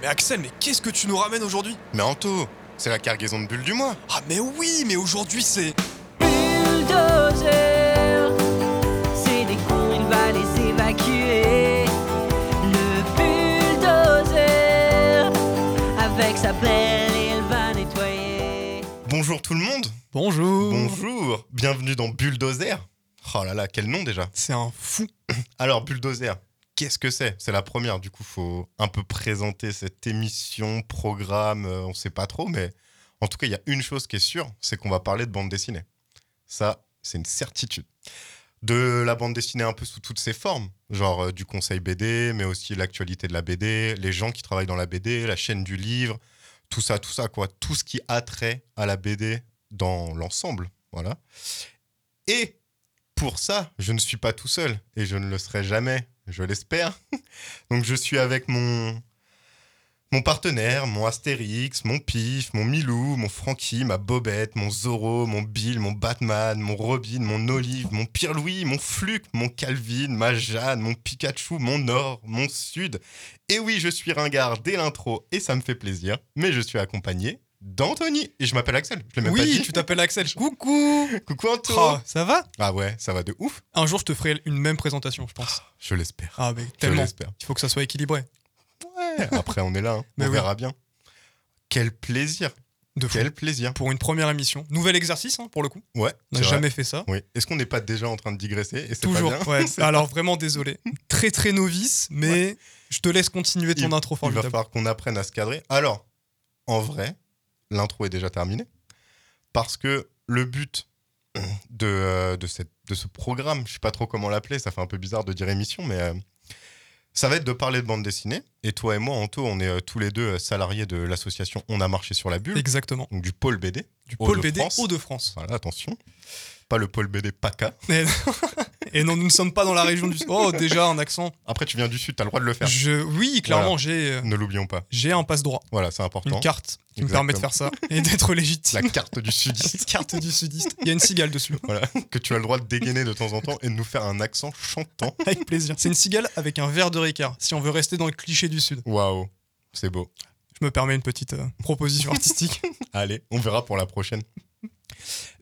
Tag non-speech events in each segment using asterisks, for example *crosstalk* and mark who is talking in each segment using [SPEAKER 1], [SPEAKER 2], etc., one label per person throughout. [SPEAKER 1] Mais Axel, mais qu'est-ce que tu nous ramènes aujourd'hui
[SPEAKER 2] Mais Anto, c'est la cargaison de bulles du mois.
[SPEAKER 1] Ah mais oui, mais aujourd'hui c'est...
[SPEAKER 3] Bulldozer, c'est des cons, il va les évacuer. Le bulldozer, avec sa pelle, il va nettoyer.
[SPEAKER 2] Bonjour tout le monde.
[SPEAKER 1] Bonjour
[SPEAKER 2] Bonjour. Bienvenue dans Bulldozer. Oh là là, quel nom déjà.
[SPEAKER 1] C'est un fou
[SPEAKER 2] Alors, Bulldozer, qu'est-ce que c'est C'est la première, du coup, faut un peu présenter cette émission, programme, euh, on sait pas trop, mais en tout cas, il y a une chose qui est sûre, c'est qu'on va parler de bande dessinée. Ça, c'est une certitude. De la bande dessinée un peu sous toutes ses formes, genre euh, du conseil BD, mais aussi l'actualité de la BD, les gens qui travaillent dans la BD, la chaîne du livre, tout ça, tout ça, quoi. Tout ce qui a trait à la BD dans l'ensemble, voilà. Et pour ça, je ne suis pas tout seul et je ne le serai jamais, je l'espère. *laughs* Donc je suis avec mon mon partenaire, mon Astérix, mon Pif, mon Milou, mon Francky, ma Bobette, mon Zorro, mon Bill, mon Batman, mon Robin, mon Olive, mon Pierre Louis, mon Fluc, mon Calvin, ma Jeanne, mon Pikachu, mon Nord, mon Sud. Et oui, je suis ringard dès l'intro et ça me fait plaisir, mais je suis accompagné d'Anthony et je m'appelle Axel. Je l'ai même pas
[SPEAKER 1] Oui,
[SPEAKER 2] dit.
[SPEAKER 1] tu t'appelles Axel Coucou
[SPEAKER 2] Coucou Anto.
[SPEAKER 1] Oh, Ça va
[SPEAKER 2] Ah ouais, ça va de ouf.
[SPEAKER 1] Un jour, je te ferai une même présentation, je pense.
[SPEAKER 2] Je l'espère.
[SPEAKER 1] Ah mais
[SPEAKER 2] Je
[SPEAKER 1] tellement
[SPEAKER 2] l'espère.
[SPEAKER 1] Il faut que ça soit équilibré.
[SPEAKER 2] Ouais, après on est là, hein.
[SPEAKER 1] *laughs* Mais
[SPEAKER 2] on
[SPEAKER 1] oui.
[SPEAKER 2] verra bien. Quel plaisir,
[SPEAKER 1] De fou.
[SPEAKER 2] quel plaisir.
[SPEAKER 1] Pour une première émission. Nouvel exercice, hein, pour le coup. On
[SPEAKER 2] Ouais,
[SPEAKER 1] n'a
[SPEAKER 2] c'est vrai.
[SPEAKER 1] jamais fait ça.
[SPEAKER 2] Oui. Est-ce qu'on n'est pas déjà en train de digresser et c'est pas
[SPEAKER 1] Toujours. Oh,
[SPEAKER 2] bien *laughs*
[SPEAKER 1] ouais. Alors vraiment désolé. Très très novice, mais je te laisse continuer ton intro
[SPEAKER 2] Il va
[SPEAKER 1] formidable.
[SPEAKER 2] falloir qu'on apprenne à se cadrer. Alors, en vrai, l'intro est déjà terminée parce que le but de, euh, de, cette, de ce programme, je sais pas trop comment l'appeler, ça fait un peu bizarre de dire émission, mais euh, ça va être de parler de bande dessinée. Et toi et moi, Anto, on est euh, tous les deux euh, salariés de l'association On a marché sur la bulle,
[SPEAKER 1] Exactement.
[SPEAKER 2] donc du pôle BD.
[SPEAKER 1] Du
[SPEAKER 2] Hauts
[SPEAKER 1] pôle
[SPEAKER 2] de
[SPEAKER 1] BD
[SPEAKER 2] France.
[SPEAKER 1] Hauts-de-France.
[SPEAKER 2] Voilà, attention. Pas le pôle BD PACA.
[SPEAKER 1] Et non, et non, nous ne sommes pas dans la région du. Oh, déjà un accent.
[SPEAKER 2] Après, tu viens du Sud, t'as le droit de le faire.
[SPEAKER 1] Je, oui, clairement, j'ai, euh,
[SPEAKER 2] Ne l'oublions pas.
[SPEAKER 1] j'ai un passe droit,
[SPEAKER 2] Voilà, c'est
[SPEAKER 1] une
[SPEAKER 2] important.
[SPEAKER 1] carte qui me permet de faire ça et d'être
[SPEAKER 2] La
[SPEAKER 1] légitime.
[SPEAKER 2] carte
[SPEAKER 1] *laughs*
[SPEAKER 2] du Sudiste
[SPEAKER 1] carte du sudiste. Il y a une cigale dessus, hein,
[SPEAKER 2] que tu as le droit de dégainer de temps en temps et de nous faire un accent chantant.
[SPEAKER 1] avec plaisir. C'est une cigale avec un verre de Ricard, si on veut rester dans le cliché du sud.
[SPEAKER 2] Waouh, c'est beau.
[SPEAKER 1] Je me permets une petite euh, proposition
[SPEAKER 2] *laughs*
[SPEAKER 1] artistique.
[SPEAKER 2] Allez, on verra pour la prochaine.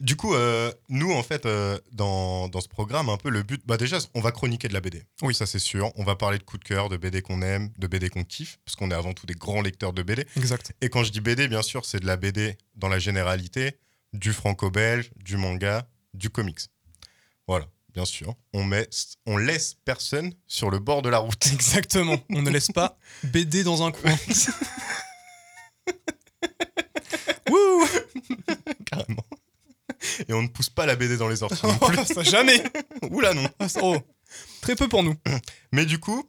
[SPEAKER 2] Du coup, euh, nous, en fait, euh, dans, dans ce programme, un peu le but, bah déjà, on va chroniquer de la BD.
[SPEAKER 1] Oui.
[SPEAKER 2] ça c'est sûr. On va parler de coups de cœur, de BD qu'on aime, de BD qu'on kiffe, parce qu'on est avant tout des grands lecteurs de BD.
[SPEAKER 1] Exact.
[SPEAKER 2] Et quand je dis BD, bien sûr, c'est de la BD dans la généralité, du franco-belge, du manga, du comics. Voilà, bien sûr. On, met, on laisse personne sur le bord de la route. *laughs*
[SPEAKER 1] Exactement. On ne laisse pas BD dans un coin. Wouh
[SPEAKER 2] Carrément. Et on ne pousse pas la BD dans les orties. non
[SPEAKER 1] *laughs* Oh,
[SPEAKER 2] plus.
[SPEAKER 1] ça jamais.
[SPEAKER 2] Oula non.
[SPEAKER 1] Ah, ça- oh. Très peu pour nous.
[SPEAKER 2] Mais du coup,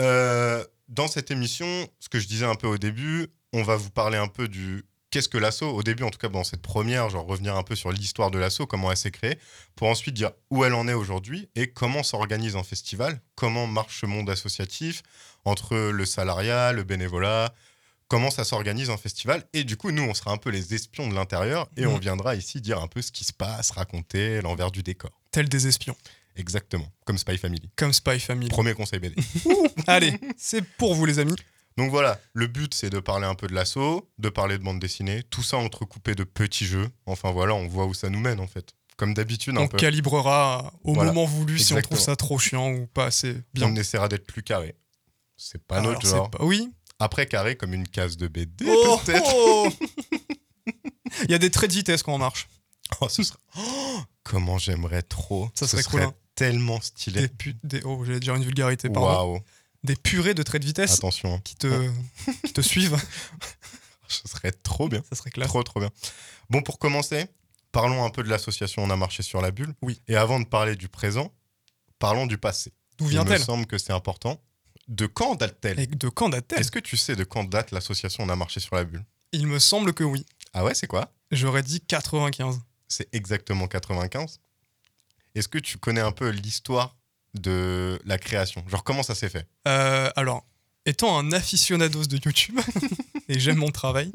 [SPEAKER 2] euh, dans cette émission, ce que je disais un peu au début, on va vous parler un peu du qu'est-ce que l'asso, au début en tout cas dans cette première, genre revenir un peu sur l'histoire de l'asso, comment elle s'est créée, pour ensuite dire où elle en est aujourd'hui et comment s'organise un festival, comment marche ce monde associatif entre le salariat, le bénévolat, comment ça s'organise un festival. Et du coup, nous, on sera un peu les espions de l'intérieur et on
[SPEAKER 1] Mhm.
[SPEAKER 2] viendra ici dire un peu ce qui se passe, raconter l'envers du décor.
[SPEAKER 1] Tel des espions,
[SPEAKER 2] Exactement, comme Spy Family.
[SPEAKER 1] comme Spy Family.
[SPEAKER 2] Premier conseil BD.
[SPEAKER 1] Allez, c'est pour vous les amis.
[SPEAKER 2] Donc voilà, le but c'est de parler un peu de l'assaut, de parler de bande dessinée, tout ça entrecoupé de petits jeux. Enfin voilà, on voit où ça nous mène en fait. Comme d'habitude un
[SPEAKER 1] on
[SPEAKER 2] peu.
[SPEAKER 1] calibrera au
[SPEAKER 2] Voilà.
[SPEAKER 1] moment voulu si on
[SPEAKER 2] Exactement.
[SPEAKER 1] trouve ça trop chiant ou pas assez bien.
[SPEAKER 2] On essaiera d'être plus carré. C'est pas
[SPEAKER 1] Alors,
[SPEAKER 2] notre
[SPEAKER 1] c'est
[SPEAKER 2] genre.
[SPEAKER 1] pas- Oui.
[SPEAKER 2] Après carré comme une case de BD
[SPEAKER 1] Oh,
[SPEAKER 2] *laughs* peut-être.
[SPEAKER 1] oh. *laughs* Il y a des traits de vitesse quand on marche.
[SPEAKER 2] Oh, ce serait- Oh, comment j'aimerais trop.
[SPEAKER 1] Ça
[SPEAKER 2] ce
[SPEAKER 1] serait cool, hein.
[SPEAKER 2] tellement
[SPEAKER 1] Des,
[SPEAKER 2] stylé.
[SPEAKER 1] pu- des- oh, j'allais dire une vulgarité, pardon. *laughs*
[SPEAKER 2] Waouh,
[SPEAKER 1] Des purées de traits de vitesse
[SPEAKER 2] attention. hein.
[SPEAKER 1] qui te, *laughs* qui te suivent.
[SPEAKER 2] Ce serait trop bien.
[SPEAKER 1] Ça serait classe.
[SPEAKER 2] Trop, trop bien. Bon, pour commencer, parlons un peu de l'association On a marché sur la bulle.
[SPEAKER 1] Oui.
[SPEAKER 2] Et avant de parler du présent, parlons du passé.
[SPEAKER 1] D'où
[SPEAKER 2] Il me
[SPEAKER 1] vient-elle
[SPEAKER 2] semble que c'est important. De quand date-t-elle
[SPEAKER 1] Et de quand date-t-elle
[SPEAKER 2] Est-ce que tu sais de quand date l'association On a marché sur la bulle
[SPEAKER 1] Il me semble que oui.
[SPEAKER 2] Ah ouais, c'est quoi
[SPEAKER 1] J'aurais dit 95.
[SPEAKER 2] C'est exactement 95. Est-ce que tu connais un peu l'histoire de la création Genre comment ça s'est fait
[SPEAKER 1] Euh, alors, étant un aficionados de YouTube, *laughs* et j'aime mon travail,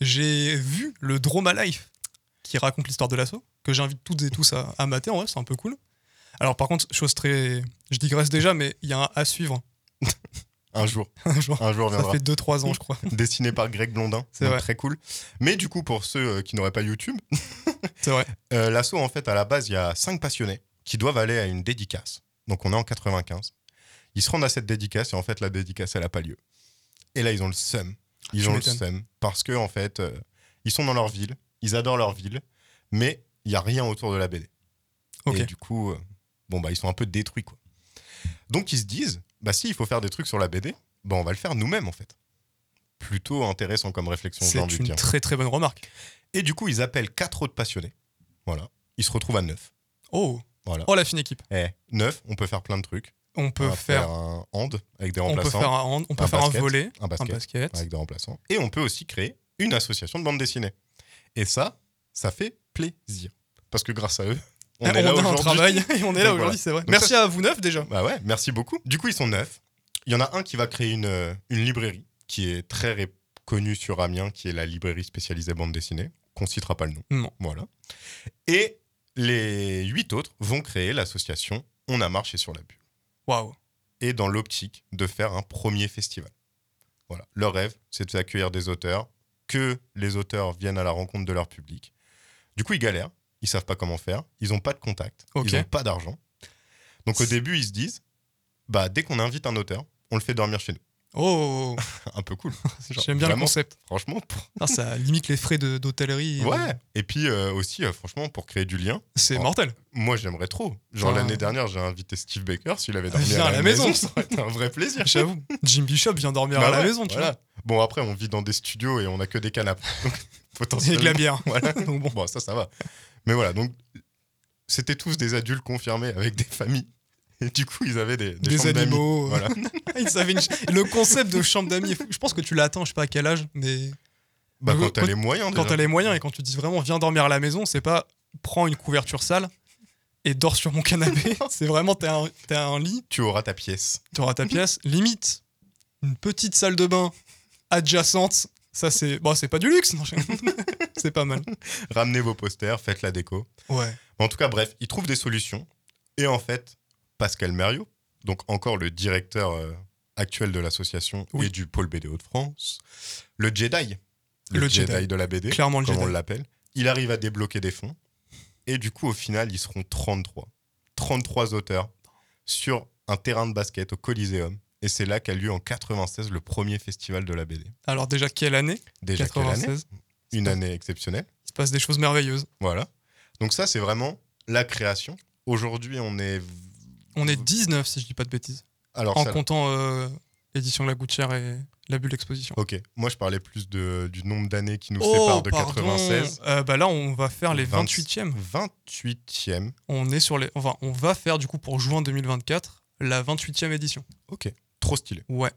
[SPEAKER 1] j'ai vu le Droma Life qui raconte l'histoire de l'assaut, que j'invite toutes et tous à, à mater. En vrai, c'est un peu cool. Alors, par contre, chose très. Je digresse déjà, mais il y a un à suivre.
[SPEAKER 2] Un jour,
[SPEAKER 1] *laughs* Un jour.
[SPEAKER 2] un jour
[SPEAKER 1] *laughs* Ça
[SPEAKER 2] viendra.
[SPEAKER 1] fait 2-3 ans, je crois.
[SPEAKER 2] Dessiné par Greg Blondin,
[SPEAKER 1] C'est
[SPEAKER 2] donc
[SPEAKER 1] vrai.
[SPEAKER 2] très cool. Mais du coup, pour ceux euh, qui n'auraient pas YouTube,
[SPEAKER 1] C'est vrai.
[SPEAKER 2] euh, l'asso, en fait, à la base, il y a cinq passionnés qui doivent aller à une dédicace. Donc on est en 95. Ils se rendent à cette dédicace et en fait, la dédicace, elle n'a pas lieu. Et là, ils ont le seum. Ils
[SPEAKER 1] Tu
[SPEAKER 2] ont le
[SPEAKER 1] m'étonnes.
[SPEAKER 2] seum parce que, en fait, euh, ils sont dans leur ville, ils adorent leur ville, mais il n'y a rien autour de la BD.
[SPEAKER 1] Ok.
[SPEAKER 2] Et du coup, euh, bon, bah, ils sont un peu détruits, quoi. Donc, ils se disent, bah, si, il faut faire des trucs sur la BD, bah, on va le faire nous-mêmes, en fait. Plutôt intéressant comme réflexion, j'ai
[SPEAKER 1] C'est
[SPEAKER 2] envie de
[SPEAKER 1] une
[SPEAKER 2] dire.
[SPEAKER 1] très très bonne remarque.
[SPEAKER 2] Et du coup, ils appellent quatre autres passionnés. Voilà. Ils se retrouvent à neuf.
[SPEAKER 1] Oh,
[SPEAKER 2] Voilà.
[SPEAKER 1] oh la fine équipe.
[SPEAKER 2] Eh, neuf, on peut faire plein de trucs.
[SPEAKER 1] On
[SPEAKER 2] On
[SPEAKER 1] peut
[SPEAKER 2] va
[SPEAKER 1] faire,
[SPEAKER 2] un hand avec des
[SPEAKER 1] on peut
[SPEAKER 2] remplaçants,
[SPEAKER 1] faire un, hand, on peut
[SPEAKER 2] un
[SPEAKER 1] faire un
[SPEAKER 2] basket,
[SPEAKER 1] volet,
[SPEAKER 2] un basket
[SPEAKER 1] un basket.
[SPEAKER 2] avec des remplaçants. Et on peut aussi créer une association de bande dessinée. Et ça, ça fait plaisir. Parce que grâce à eux, on
[SPEAKER 1] Ah,
[SPEAKER 2] est là
[SPEAKER 1] a un
[SPEAKER 2] aujourd'hui.
[SPEAKER 1] travail *laughs* et on est
[SPEAKER 2] Donc
[SPEAKER 1] là
[SPEAKER 2] voilà.
[SPEAKER 1] aujourd'hui, c'est vrai.
[SPEAKER 2] Donc
[SPEAKER 1] Merci à vous neuf déjà.
[SPEAKER 2] Bah ouais, merci beaucoup. Du coup, ils sont neuf. Il y en a un qui va créer une, euh, une librairie qui est très ré- connue sur Amiens, qui est la librairie spécialisée bande dessinée, qu'on citera pas le nom.
[SPEAKER 1] Non.
[SPEAKER 2] Voilà. Et les huit autres vont créer l'association On a marché sur la bulle.
[SPEAKER 1] Waouh.
[SPEAKER 2] Et dans l'optique de faire un premier festival. Voilà. Leur rêve, c'est d'accueillir des auteurs, que les auteurs viennent à la rencontre de leur public. Du coup, ils galèrent, ils savent pas comment faire, ils n'ont pas de contact,
[SPEAKER 1] Ok.
[SPEAKER 2] ils n'ont pas d'argent. Donc au
[SPEAKER 1] C'est-
[SPEAKER 2] début, ils se disent, bah dès qu'on invite un auteur, on le fait dormir chez nous. *laughs*
[SPEAKER 1] Oh,
[SPEAKER 2] un peu
[SPEAKER 1] *laughs*
[SPEAKER 2] cool. *laughs* Genre,
[SPEAKER 1] j'aime bien le
[SPEAKER 2] vraiment,
[SPEAKER 1] concept.
[SPEAKER 2] Franchement, pour-
[SPEAKER 1] Ah, ça limite les frais de- d'hôtellerie.
[SPEAKER 2] ouais. Et puis euh, aussi, euh, franchement, pour créer du lien,
[SPEAKER 1] C'est
[SPEAKER 2] Oh.
[SPEAKER 1] mortel.
[SPEAKER 2] moi j'aimerais trop. Genre
[SPEAKER 1] Ah.
[SPEAKER 2] l'année dernière, j'ai invité Steve Baker, s'il avait dormi
[SPEAKER 1] Viens
[SPEAKER 2] à la maison, ça aurait été un vrai plaisir.
[SPEAKER 1] J'avoue. Jim Bishop vient dormir
[SPEAKER 2] Bah
[SPEAKER 1] à la
[SPEAKER 2] ouais,
[SPEAKER 1] maison, tu
[SPEAKER 2] voilà. Bon, après, on vit dans des studios et on a que des canapes. *laughs* Donc,
[SPEAKER 1] vois.
[SPEAKER 2] potentiellement.
[SPEAKER 1] Avec la bière.
[SPEAKER 2] *laughs* Voilà. Donc, bon, bon, ça, ça va. Mais voilà, donc, c'était tous des adultes confirmés avec des familles. Et du coup, ils avaient des, des,
[SPEAKER 1] Des,
[SPEAKER 2] chambres d'amis.
[SPEAKER 1] animaux. *laughs*
[SPEAKER 2] Voilà.
[SPEAKER 1] Ils savaient une ch- Le concept de chambre d'amis, est fou. je pense que tu l'attends, je sais pas à quel âge, mais
[SPEAKER 2] Bah,
[SPEAKER 1] Quand-
[SPEAKER 2] quand t'as les moyens,
[SPEAKER 1] quand
[SPEAKER 2] déjà.
[SPEAKER 1] t'as les moyens et quand tu dis vraiment viens dormir à la maison, c'est pas prends une couverture sale et dors sur mon
[SPEAKER 2] *laughs*
[SPEAKER 1] canapé. c'est vraiment t'as un, t'as un lit,
[SPEAKER 2] tu auras ta pièce.
[SPEAKER 1] tu auras ta pièce, limite une petite salle de bain adjacente. Ça c'est bon, c'est pas du luxe, non, je- *laughs* c'est pas mal.
[SPEAKER 2] Ramenez vos posters, faites la déco.
[SPEAKER 1] Ouais.
[SPEAKER 2] En tout cas, bref, ils trouvent des solutions. Et en fait, Pascal Mario, donc encore le directeur euh, actuel de l'association
[SPEAKER 1] Oui.
[SPEAKER 2] et du pôle BDO de France, le Jedi,
[SPEAKER 1] Le
[SPEAKER 2] Jedi,
[SPEAKER 1] Jedi.
[SPEAKER 2] de la BD,
[SPEAKER 1] Clairement le
[SPEAKER 2] comme on
[SPEAKER 1] Jedi.
[SPEAKER 2] l'appelle, il arrive à débloquer des fonds. Et du coup, au final, ils seront 33. 33 auteurs sur un terrain de basket au Coliseum. Et c'est là qu'a lieu en 96 le premier festival de la BD.
[SPEAKER 1] Alors déjà quelle année
[SPEAKER 2] Déjà quelle année
[SPEAKER 1] 96.
[SPEAKER 2] Une année exceptionnelle.
[SPEAKER 1] Il se passe des choses merveilleuses.
[SPEAKER 2] Voilà. Donc ça, c'est vraiment la création. Aujourd'hui, on est...
[SPEAKER 1] On est 19 si je dis pas de bêtises,
[SPEAKER 2] Alors,
[SPEAKER 1] en
[SPEAKER 2] ça-
[SPEAKER 1] comptant euh, édition de la gouttière et la bulle d'exposition.
[SPEAKER 2] ok, moi je parlais plus de, du nombre d'années qui nous
[SPEAKER 1] Oh,
[SPEAKER 2] séparent de
[SPEAKER 1] pardon.
[SPEAKER 2] 96.
[SPEAKER 1] Euh, bah là, on va faire les
[SPEAKER 2] 20.
[SPEAKER 1] 28e.
[SPEAKER 2] 28e.
[SPEAKER 1] On est sur les. Enfin, on va faire du coup pour juin 2024 la 28e édition.
[SPEAKER 2] Ok, trop stylé.
[SPEAKER 1] Ouais.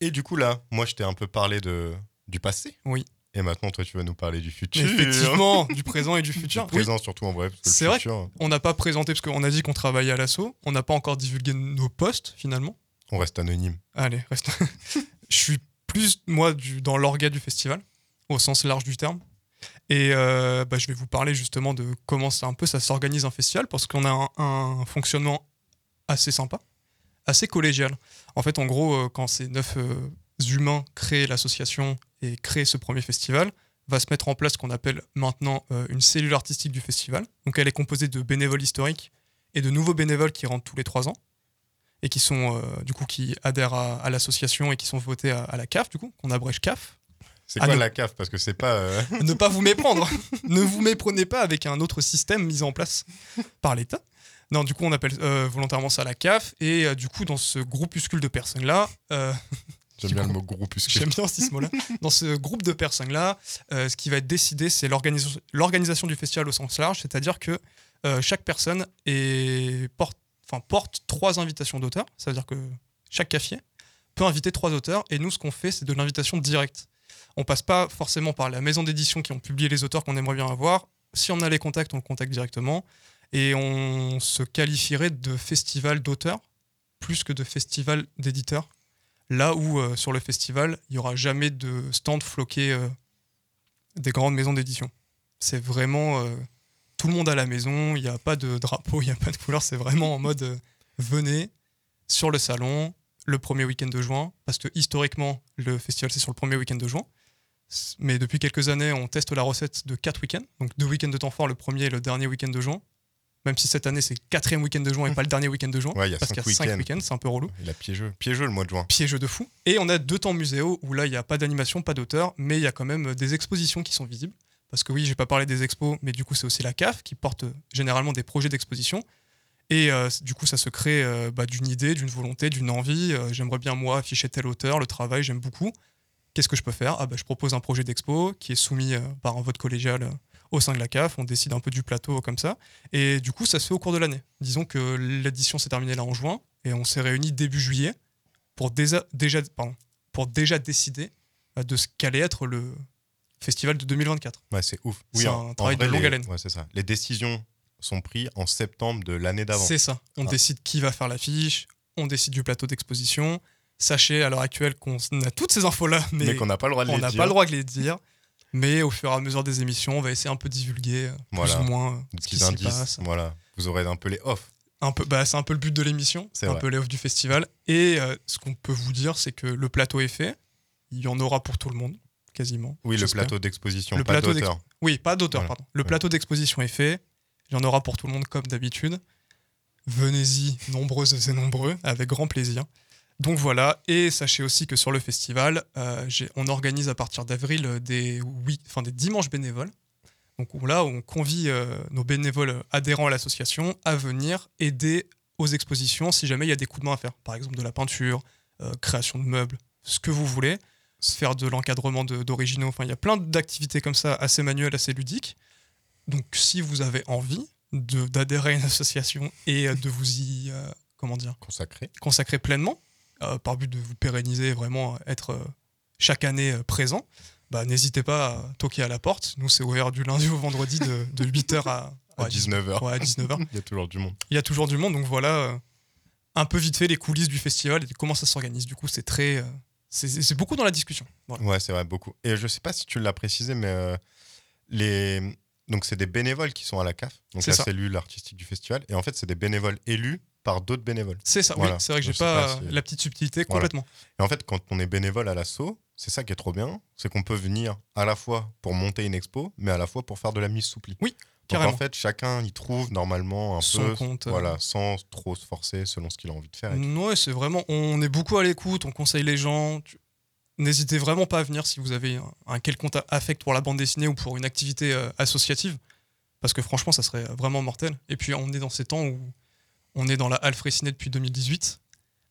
[SPEAKER 2] Et du coup, là, moi je t'ai un peu parlé de, du passé.
[SPEAKER 1] Oui.
[SPEAKER 2] Et maintenant, toi, tu vas nous parler du futur.
[SPEAKER 1] Effectivement, du présent et du
[SPEAKER 2] *laughs* Du
[SPEAKER 1] futur. Oui,
[SPEAKER 2] présent, surtout en vrai. parce que le
[SPEAKER 1] C'est vrai
[SPEAKER 2] futur,
[SPEAKER 1] on n'a pas présenté parce qu'on a dit qu'on travaillait à l'assaut. On n'a pas encore divulgué nos postes finalement.
[SPEAKER 2] On reste anonyme.
[SPEAKER 1] Allez, reste. *laughs* Je suis plus moi du, dans l'orga du festival au sens large du terme. Et euh, bah, je vais vous parler justement de comment ça un peu ça s'organise un festival parce qu'on a un, un fonctionnement assez sympa, assez collégial. En fait, en gros, euh, quand ces neuf euh, humains créent l'association et créent ce premier festival, va se mettre en place ce qu'on appelle maintenant euh, une cellule artistique du festival. Donc, elle est composée de bénévoles historiques et de nouveaux bénévoles qui rentrent tous les trois ans et qui sont euh, du coup qui adhèrent à, à l'association et qui sont votés à, à la CAF du coup qu'on abrège CAF.
[SPEAKER 2] C'est
[SPEAKER 1] Ah
[SPEAKER 2] quoi
[SPEAKER 1] non.
[SPEAKER 2] la CAF Parce que c'est pas. euh, *laughs*
[SPEAKER 1] ne pas vous méprendre, *laughs* ne vous méprenez pas avec un autre système mis en place par l'État. Non, du coup on appelle euh, volontairement ça la CAF et euh, du coup dans ce groupuscule de euh, personnes là,
[SPEAKER 2] J'aime bien le mot groupuscule.
[SPEAKER 1] j'aime bien aussi ce mot-là, dans ce groupe de personnes là, ce qui va être décidé c'est l'organisa- l'organisation du festival au sens large, c'est-à-dire que euh, chaque personne est porte, enfin, porte trois invitations d'auteurs, ça veut dire que chaque café peut inviter trois auteurs et nous ce qu'on fait c'est de l'invitation directe. On passe pas forcément par la maison d'édition qui ont publié les auteurs qu'on aimerait bien avoir. Si on a les contacts, on le contacte directement et on se qualifierait de festival d'auteurs plus que de festival d'éditeurs. Là où euh, sur le festival, il y aura jamais de stand floqué euh, des grandes maisons d'édition. C'est vraiment euh, tout le monde à la maison, il n'y a pas de drapeau, il n'y a pas de couleur, c'est vraiment en mode euh, venez sur le salon, le premier week-end de juin, parce que historiquement, le festival, c'est sur le premier week-end de juin. S- Mais depuis quelques années, on teste la recette de quatre week-ends, donc deux week-ends de temps fort, le premier et le dernier week-end de juin. Même si cette année, c'est le quatrième week-end de juin et pas le dernier week-end de juin,
[SPEAKER 2] Ouais, il y a
[SPEAKER 1] parce qu'il
[SPEAKER 2] cinq
[SPEAKER 1] y a cinq
[SPEAKER 2] week-ends.
[SPEAKER 1] week-ends, c'est un peu relou
[SPEAKER 2] Il a piégeux. Piégeux le mois de juin.
[SPEAKER 1] piégeux de fou. Et on a deux temps muséaux où là, il n'y a pas d'animation, pas d'auteur, mais il y a quand même euh, des expositions qui sont visibles. Parce que oui, j'ai pas parlé des expos, mais du coup, c'est aussi la CAF qui porte euh, généralement des projets d'exposition. Et euh, c- du coup, ça se crée euh, bah, d'une idée, d'une volonté, d'une envie. Euh, J'aimerais bien, moi, afficher tel auteur, le travail, j'aime beaucoup. Qu'est-ce que je peux faire ah, bah, Je propose un projet d'expo qui est soumis euh, par un vote collégial euh, au sein de la CAF. On décide un peu du plateau comme ça. Et du coup, ça se fait au cours de l'année. Disons que l'édition s'est terminée là en juin et on s'est réunis début juillet pour déjà, déjà, pardon, pour déjà décider euh, de ce qu'allait être le festival de 2024.
[SPEAKER 2] Ouais, c'est ouf.
[SPEAKER 1] C'est un travail de longue
[SPEAKER 2] les-
[SPEAKER 1] haleine.
[SPEAKER 2] Ouais, c'est ça. Les décisions sont prises en septembre de l'année d'avant.
[SPEAKER 1] C'est ça. On
[SPEAKER 2] Ah.
[SPEAKER 1] décide qui va faire l'affiche, on décide du plateau d'exposition. Sachez à l'heure actuelle qu'on a toutes ces infos-là, mais,
[SPEAKER 2] Mais, qu'on n'a pas le droit de
[SPEAKER 1] on
[SPEAKER 2] les
[SPEAKER 1] n'a
[SPEAKER 2] dire.
[SPEAKER 1] pas le droit de les dire. Mais au fur et à mesure des émissions, on va essayer un peu de divulguer euh,
[SPEAKER 2] Voilà.
[SPEAKER 1] plus ou moins euh,
[SPEAKER 2] Des
[SPEAKER 1] ce qui
[SPEAKER 2] petits
[SPEAKER 1] s'y
[SPEAKER 2] indices.
[SPEAKER 1] passe.
[SPEAKER 2] Voilà. Vous aurez un peu les off.
[SPEAKER 1] un peu, bah, c'est un peu le but de l'émission,
[SPEAKER 2] C'est
[SPEAKER 1] un
[SPEAKER 2] vrai.
[SPEAKER 1] peu les offres du festival. Et euh, ce qu'on peut vous dire, c'est que le plateau est fait. Il y en aura pour tout le monde, quasiment.
[SPEAKER 2] Oui, le
[SPEAKER 1] j'espère.
[SPEAKER 2] plateau d'exposition,
[SPEAKER 1] Le
[SPEAKER 2] pas
[SPEAKER 1] plateau
[SPEAKER 2] d'auteur.
[SPEAKER 1] Oui, pas d'auteur,
[SPEAKER 2] Voilà.
[SPEAKER 1] pardon. Le
[SPEAKER 2] Ouais.
[SPEAKER 1] plateau d'exposition est fait. Il y en aura pour tout le monde, comme d'habitude. Venez-y, nombreuses et nombreux, avec grand plaisir. Donc voilà, et sachez aussi que sur le festival, euh, j'ai- on organise à partir d'avril euh, des, oui, enfin, des dimanches bénévoles. Donc où là, on convie euh, nos bénévoles adhérents à l'association à venir aider aux expositions si jamais il y a des coups de main à faire. Par exemple, de la peinture, euh, création de meubles, ce que vous voulez se faire de l'encadrement de- d'originaux. Enfin, il y a plein d'activités comme ça, assez manuelles, assez ludiques. Donc, si vous avez envie de- d'adhérer à une association et euh, de vous y euh, comment dire,
[SPEAKER 2] consacré.
[SPEAKER 1] consacrer pleinement, euh, par but de vous pérenniser et vraiment être euh, chaque année euh, présent, bah, n'hésitez pas à toquer à la porte. Nous, c'est ouvert du lundi au vendredi de, 8h à,
[SPEAKER 2] À
[SPEAKER 1] ouais,
[SPEAKER 2] 19h.
[SPEAKER 1] ouais, à 19h
[SPEAKER 2] Il y a toujours du monde.
[SPEAKER 1] il y a toujours du monde. Donc voilà, euh, un peu vite fait les coulisses du festival et comment ça s'organise. Du coup, c'est très, euh, c'est- c'est c'est beaucoup dans la discussion. Voilà.
[SPEAKER 2] Ouais, c'est vrai, beaucoup. Et je sais pas si tu l'as précisé, mais euh, les... donc c'est des bénévoles qui sont à la CAF, donc
[SPEAKER 1] C'est
[SPEAKER 2] la
[SPEAKER 1] ça.
[SPEAKER 2] cellule artistique du festival. Et en fait, c'est des bénévoles élus par d'autres bénévoles.
[SPEAKER 1] C'est ça.
[SPEAKER 2] Voilà.
[SPEAKER 1] Oui, c'est vrai que
[SPEAKER 2] Je
[SPEAKER 1] j'ai
[SPEAKER 2] sais
[SPEAKER 1] pas,
[SPEAKER 2] pas si-
[SPEAKER 1] euh, la petite subtilité
[SPEAKER 2] Voilà.
[SPEAKER 1] complètement.
[SPEAKER 2] Et en fait, quand on est bénévole à l'assaut, c'est ça qui est trop bien, c'est qu'on peut venir à la fois pour monter une expo, mais à la fois pour faire de la mise souplie.
[SPEAKER 1] Oui,
[SPEAKER 2] Donc
[SPEAKER 1] carrément.
[SPEAKER 2] en fait, chacun y trouve normalement un
[SPEAKER 1] Son
[SPEAKER 2] peu,
[SPEAKER 1] compte, euh. Mm.
[SPEAKER 2] voilà, sans trop se forcer selon ce qu'il a envie de faire. et tout.
[SPEAKER 1] Ouais, c'est vraiment. On est beaucoup à l'écoute. On conseille les gens. Tu- N'hésitez vraiment pas à venir si vous avez un, un quelconque affect pour la bande dessinée ou pour une activité euh, associative, parce que franchement, ça serait vraiment mortel. Et puis, on est dans ces temps où on est dans la halle Fraissinet depuis 2018.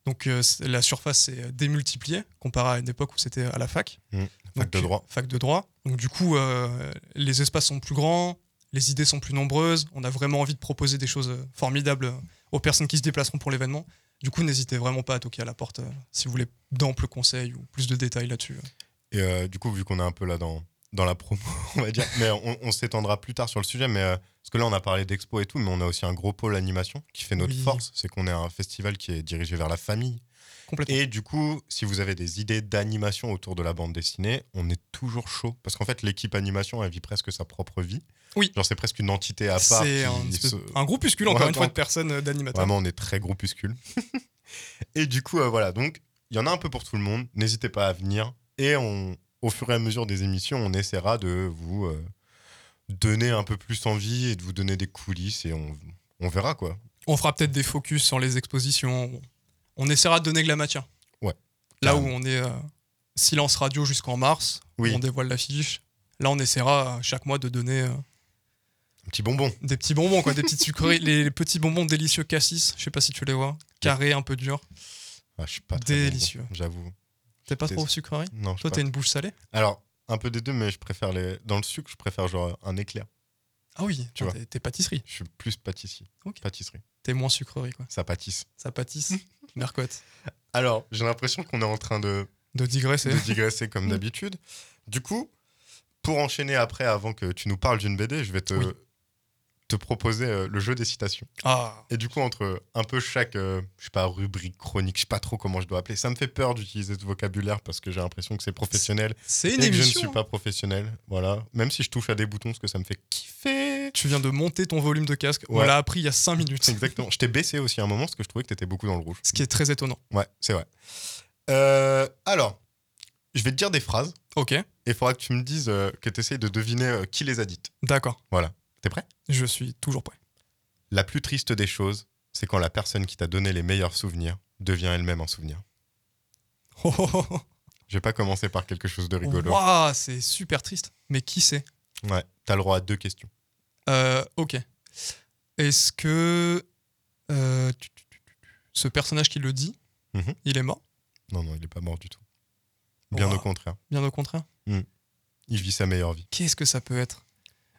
[SPEAKER 1] Donc euh, c'est- la surface est démultipliée comparé à une époque où c'était à la fac.
[SPEAKER 2] Fac
[SPEAKER 1] Donc,
[SPEAKER 2] de droit.
[SPEAKER 1] Fac de droit. Donc du coup, euh, les espaces sont plus grands, les idées sont plus nombreuses. On a vraiment envie de proposer des choses euh, formidables euh, aux personnes qui se déplaceront pour l'événement. Du coup, n'hésitez vraiment pas à toquer à la porte euh, si vous voulez d'amples conseils ou plus de détails là-dessus.
[SPEAKER 2] Et euh, du coup, vu qu'on est un peu là dans, dans la promo, *laughs* on va dire, mais on, on s'étendra plus tard sur le sujet, mais euh, parce que là, on a parlé d'expo et tout, mais on a aussi un gros pôle animation qui fait notre
[SPEAKER 1] Oui.
[SPEAKER 2] force, c'est qu'on est un festival qui est dirigé vers la famille.
[SPEAKER 1] Complètement.
[SPEAKER 2] Et du coup, si vous avez des idées d'animation autour de la bande dessinée, on est toujours chaud, parce qu'en fait, l'équipe animation, elle vit presque sa propre vie.
[SPEAKER 1] Oui.
[SPEAKER 2] Genre, c'est presque une entité à part.
[SPEAKER 1] C'est
[SPEAKER 2] qui
[SPEAKER 1] un, espèce-
[SPEAKER 2] se-
[SPEAKER 1] un groupuscule, encore
[SPEAKER 2] Ouais,
[SPEAKER 1] une fois, de
[SPEAKER 2] donc-
[SPEAKER 1] personnes euh, d'animateurs.
[SPEAKER 2] Vraiment, on est
[SPEAKER 1] *laughs*
[SPEAKER 2] très groupuscule. et du coup, euh, voilà, donc il y en a un peu pour tout le monde. N'hésitez pas à venir. Et on, au fur et à mesure des émissions, on essaiera de vous euh, donner un peu plus envie et de vous donner des coulisses. Et on, on verra quoi.
[SPEAKER 1] On fera peut-être des focus sur les expositions. On essaiera de donner de la matière.
[SPEAKER 2] Ouais,
[SPEAKER 1] Là où
[SPEAKER 2] carrément.
[SPEAKER 1] on est euh, silence radio jusqu'en mars,
[SPEAKER 2] Oui.
[SPEAKER 1] on dévoile l'affiche. Là, on essaiera euh, chaque mois de donner euh,
[SPEAKER 2] Un petit bonbon.
[SPEAKER 1] des petits bonbons, quoi, des petites sucreries, les, les petits bonbons délicieux cassis. Je sais pas si tu les vois, carrés, un peu durs.
[SPEAKER 2] Ah, je suis pas très
[SPEAKER 1] Délicieux.
[SPEAKER 2] bonbon, J'avoue.
[SPEAKER 1] T'es pas trop
[SPEAKER 2] Désolé.
[SPEAKER 1] sucrerie
[SPEAKER 2] Non, je
[SPEAKER 1] Toi, t'as
[SPEAKER 2] suis pas.
[SPEAKER 1] une bouche salée
[SPEAKER 2] Alors, un peu des deux, mais je préfère les. Dans le sucre, je préfère genre un éclair.
[SPEAKER 1] Ah oui,
[SPEAKER 2] Tu
[SPEAKER 1] non,
[SPEAKER 2] vois.
[SPEAKER 1] t'es- t'es pâtisserie.
[SPEAKER 2] Je suis plus pâtissier.
[SPEAKER 1] Ok.
[SPEAKER 2] Pâtisserie.
[SPEAKER 1] T'es moins sucrerie, quoi.
[SPEAKER 2] Ça pâtisse.
[SPEAKER 1] Ça pâtisse. Mercotte.
[SPEAKER 2] Alors, j'ai l'impression qu'on est en train de
[SPEAKER 1] De digresser.
[SPEAKER 2] de digresser comme
[SPEAKER 1] Mm.
[SPEAKER 2] d'habitude. Du coup, pour enchaîner après, avant que tu nous parles d'une BD, je vais te,
[SPEAKER 1] Oui.
[SPEAKER 2] te proposer euh, le jeu des citations.
[SPEAKER 1] Ah,
[SPEAKER 2] Et du coup, entre un peu chaque, euh, je sais pas, rubrique, chronique, je sais pas trop comment je dois appeler. Ça me fait peur d'utiliser ce vocabulaire parce que j'ai l'impression que c'est professionnel
[SPEAKER 1] c'est
[SPEAKER 2] et
[SPEAKER 1] une
[SPEAKER 2] que je ne
[SPEAKER 1] émission.
[SPEAKER 2] suis
[SPEAKER 1] hein.
[SPEAKER 2] pas professionnel. Voilà. Même si je touche à des boutons, parce que ça me fait kiffer.
[SPEAKER 1] *laughs*
[SPEAKER 2] baissé.
[SPEAKER 1] Tu viens de monter ton volume de casque. On
[SPEAKER 2] Ouais.
[SPEAKER 1] l'a appris il y a 5 minutes.
[SPEAKER 2] Exactement. Je t'ai baissé aussi à un moment parce que je trouvais que t'étais beaucoup dans le rouge.
[SPEAKER 1] Ce qui est très étonnant.
[SPEAKER 2] Ouais, c'est vrai. Euh, alors, je vais te dire des phrases
[SPEAKER 1] Ok,
[SPEAKER 2] et il faudra que tu me dises euh, que tu essayes de deviner euh, qui les a dites.
[SPEAKER 1] d'accord.
[SPEAKER 2] Voilà. T'es prêt
[SPEAKER 1] Je suis toujours prêt. *laughs*
[SPEAKER 2] La plus triste des choses, c'est quand la personne qui t'a donné les meilleurs souvenirs devient elle-même un souvenir.
[SPEAKER 1] Oh, oh, oh, oh.
[SPEAKER 2] Je vais pas commencer par quelque chose de rigolo.
[SPEAKER 1] Ouah, c'est super triste. Mais qui c'est
[SPEAKER 2] Ouais, t'as le droit à deux questions.
[SPEAKER 1] Euh, Ok. Est-ce que euh, tu- tu- tu- tu- ce personnage qui le dit,
[SPEAKER 2] Mhm.
[SPEAKER 1] il est mort
[SPEAKER 2] Non, non, il est pas mort du tout. Bien
[SPEAKER 1] Ouah.
[SPEAKER 2] au contraire.
[SPEAKER 1] Bien au contraire.
[SPEAKER 2] Il vit sa meilleure vie.
[SPEAKER 1] Qu'est-ce que ça peut être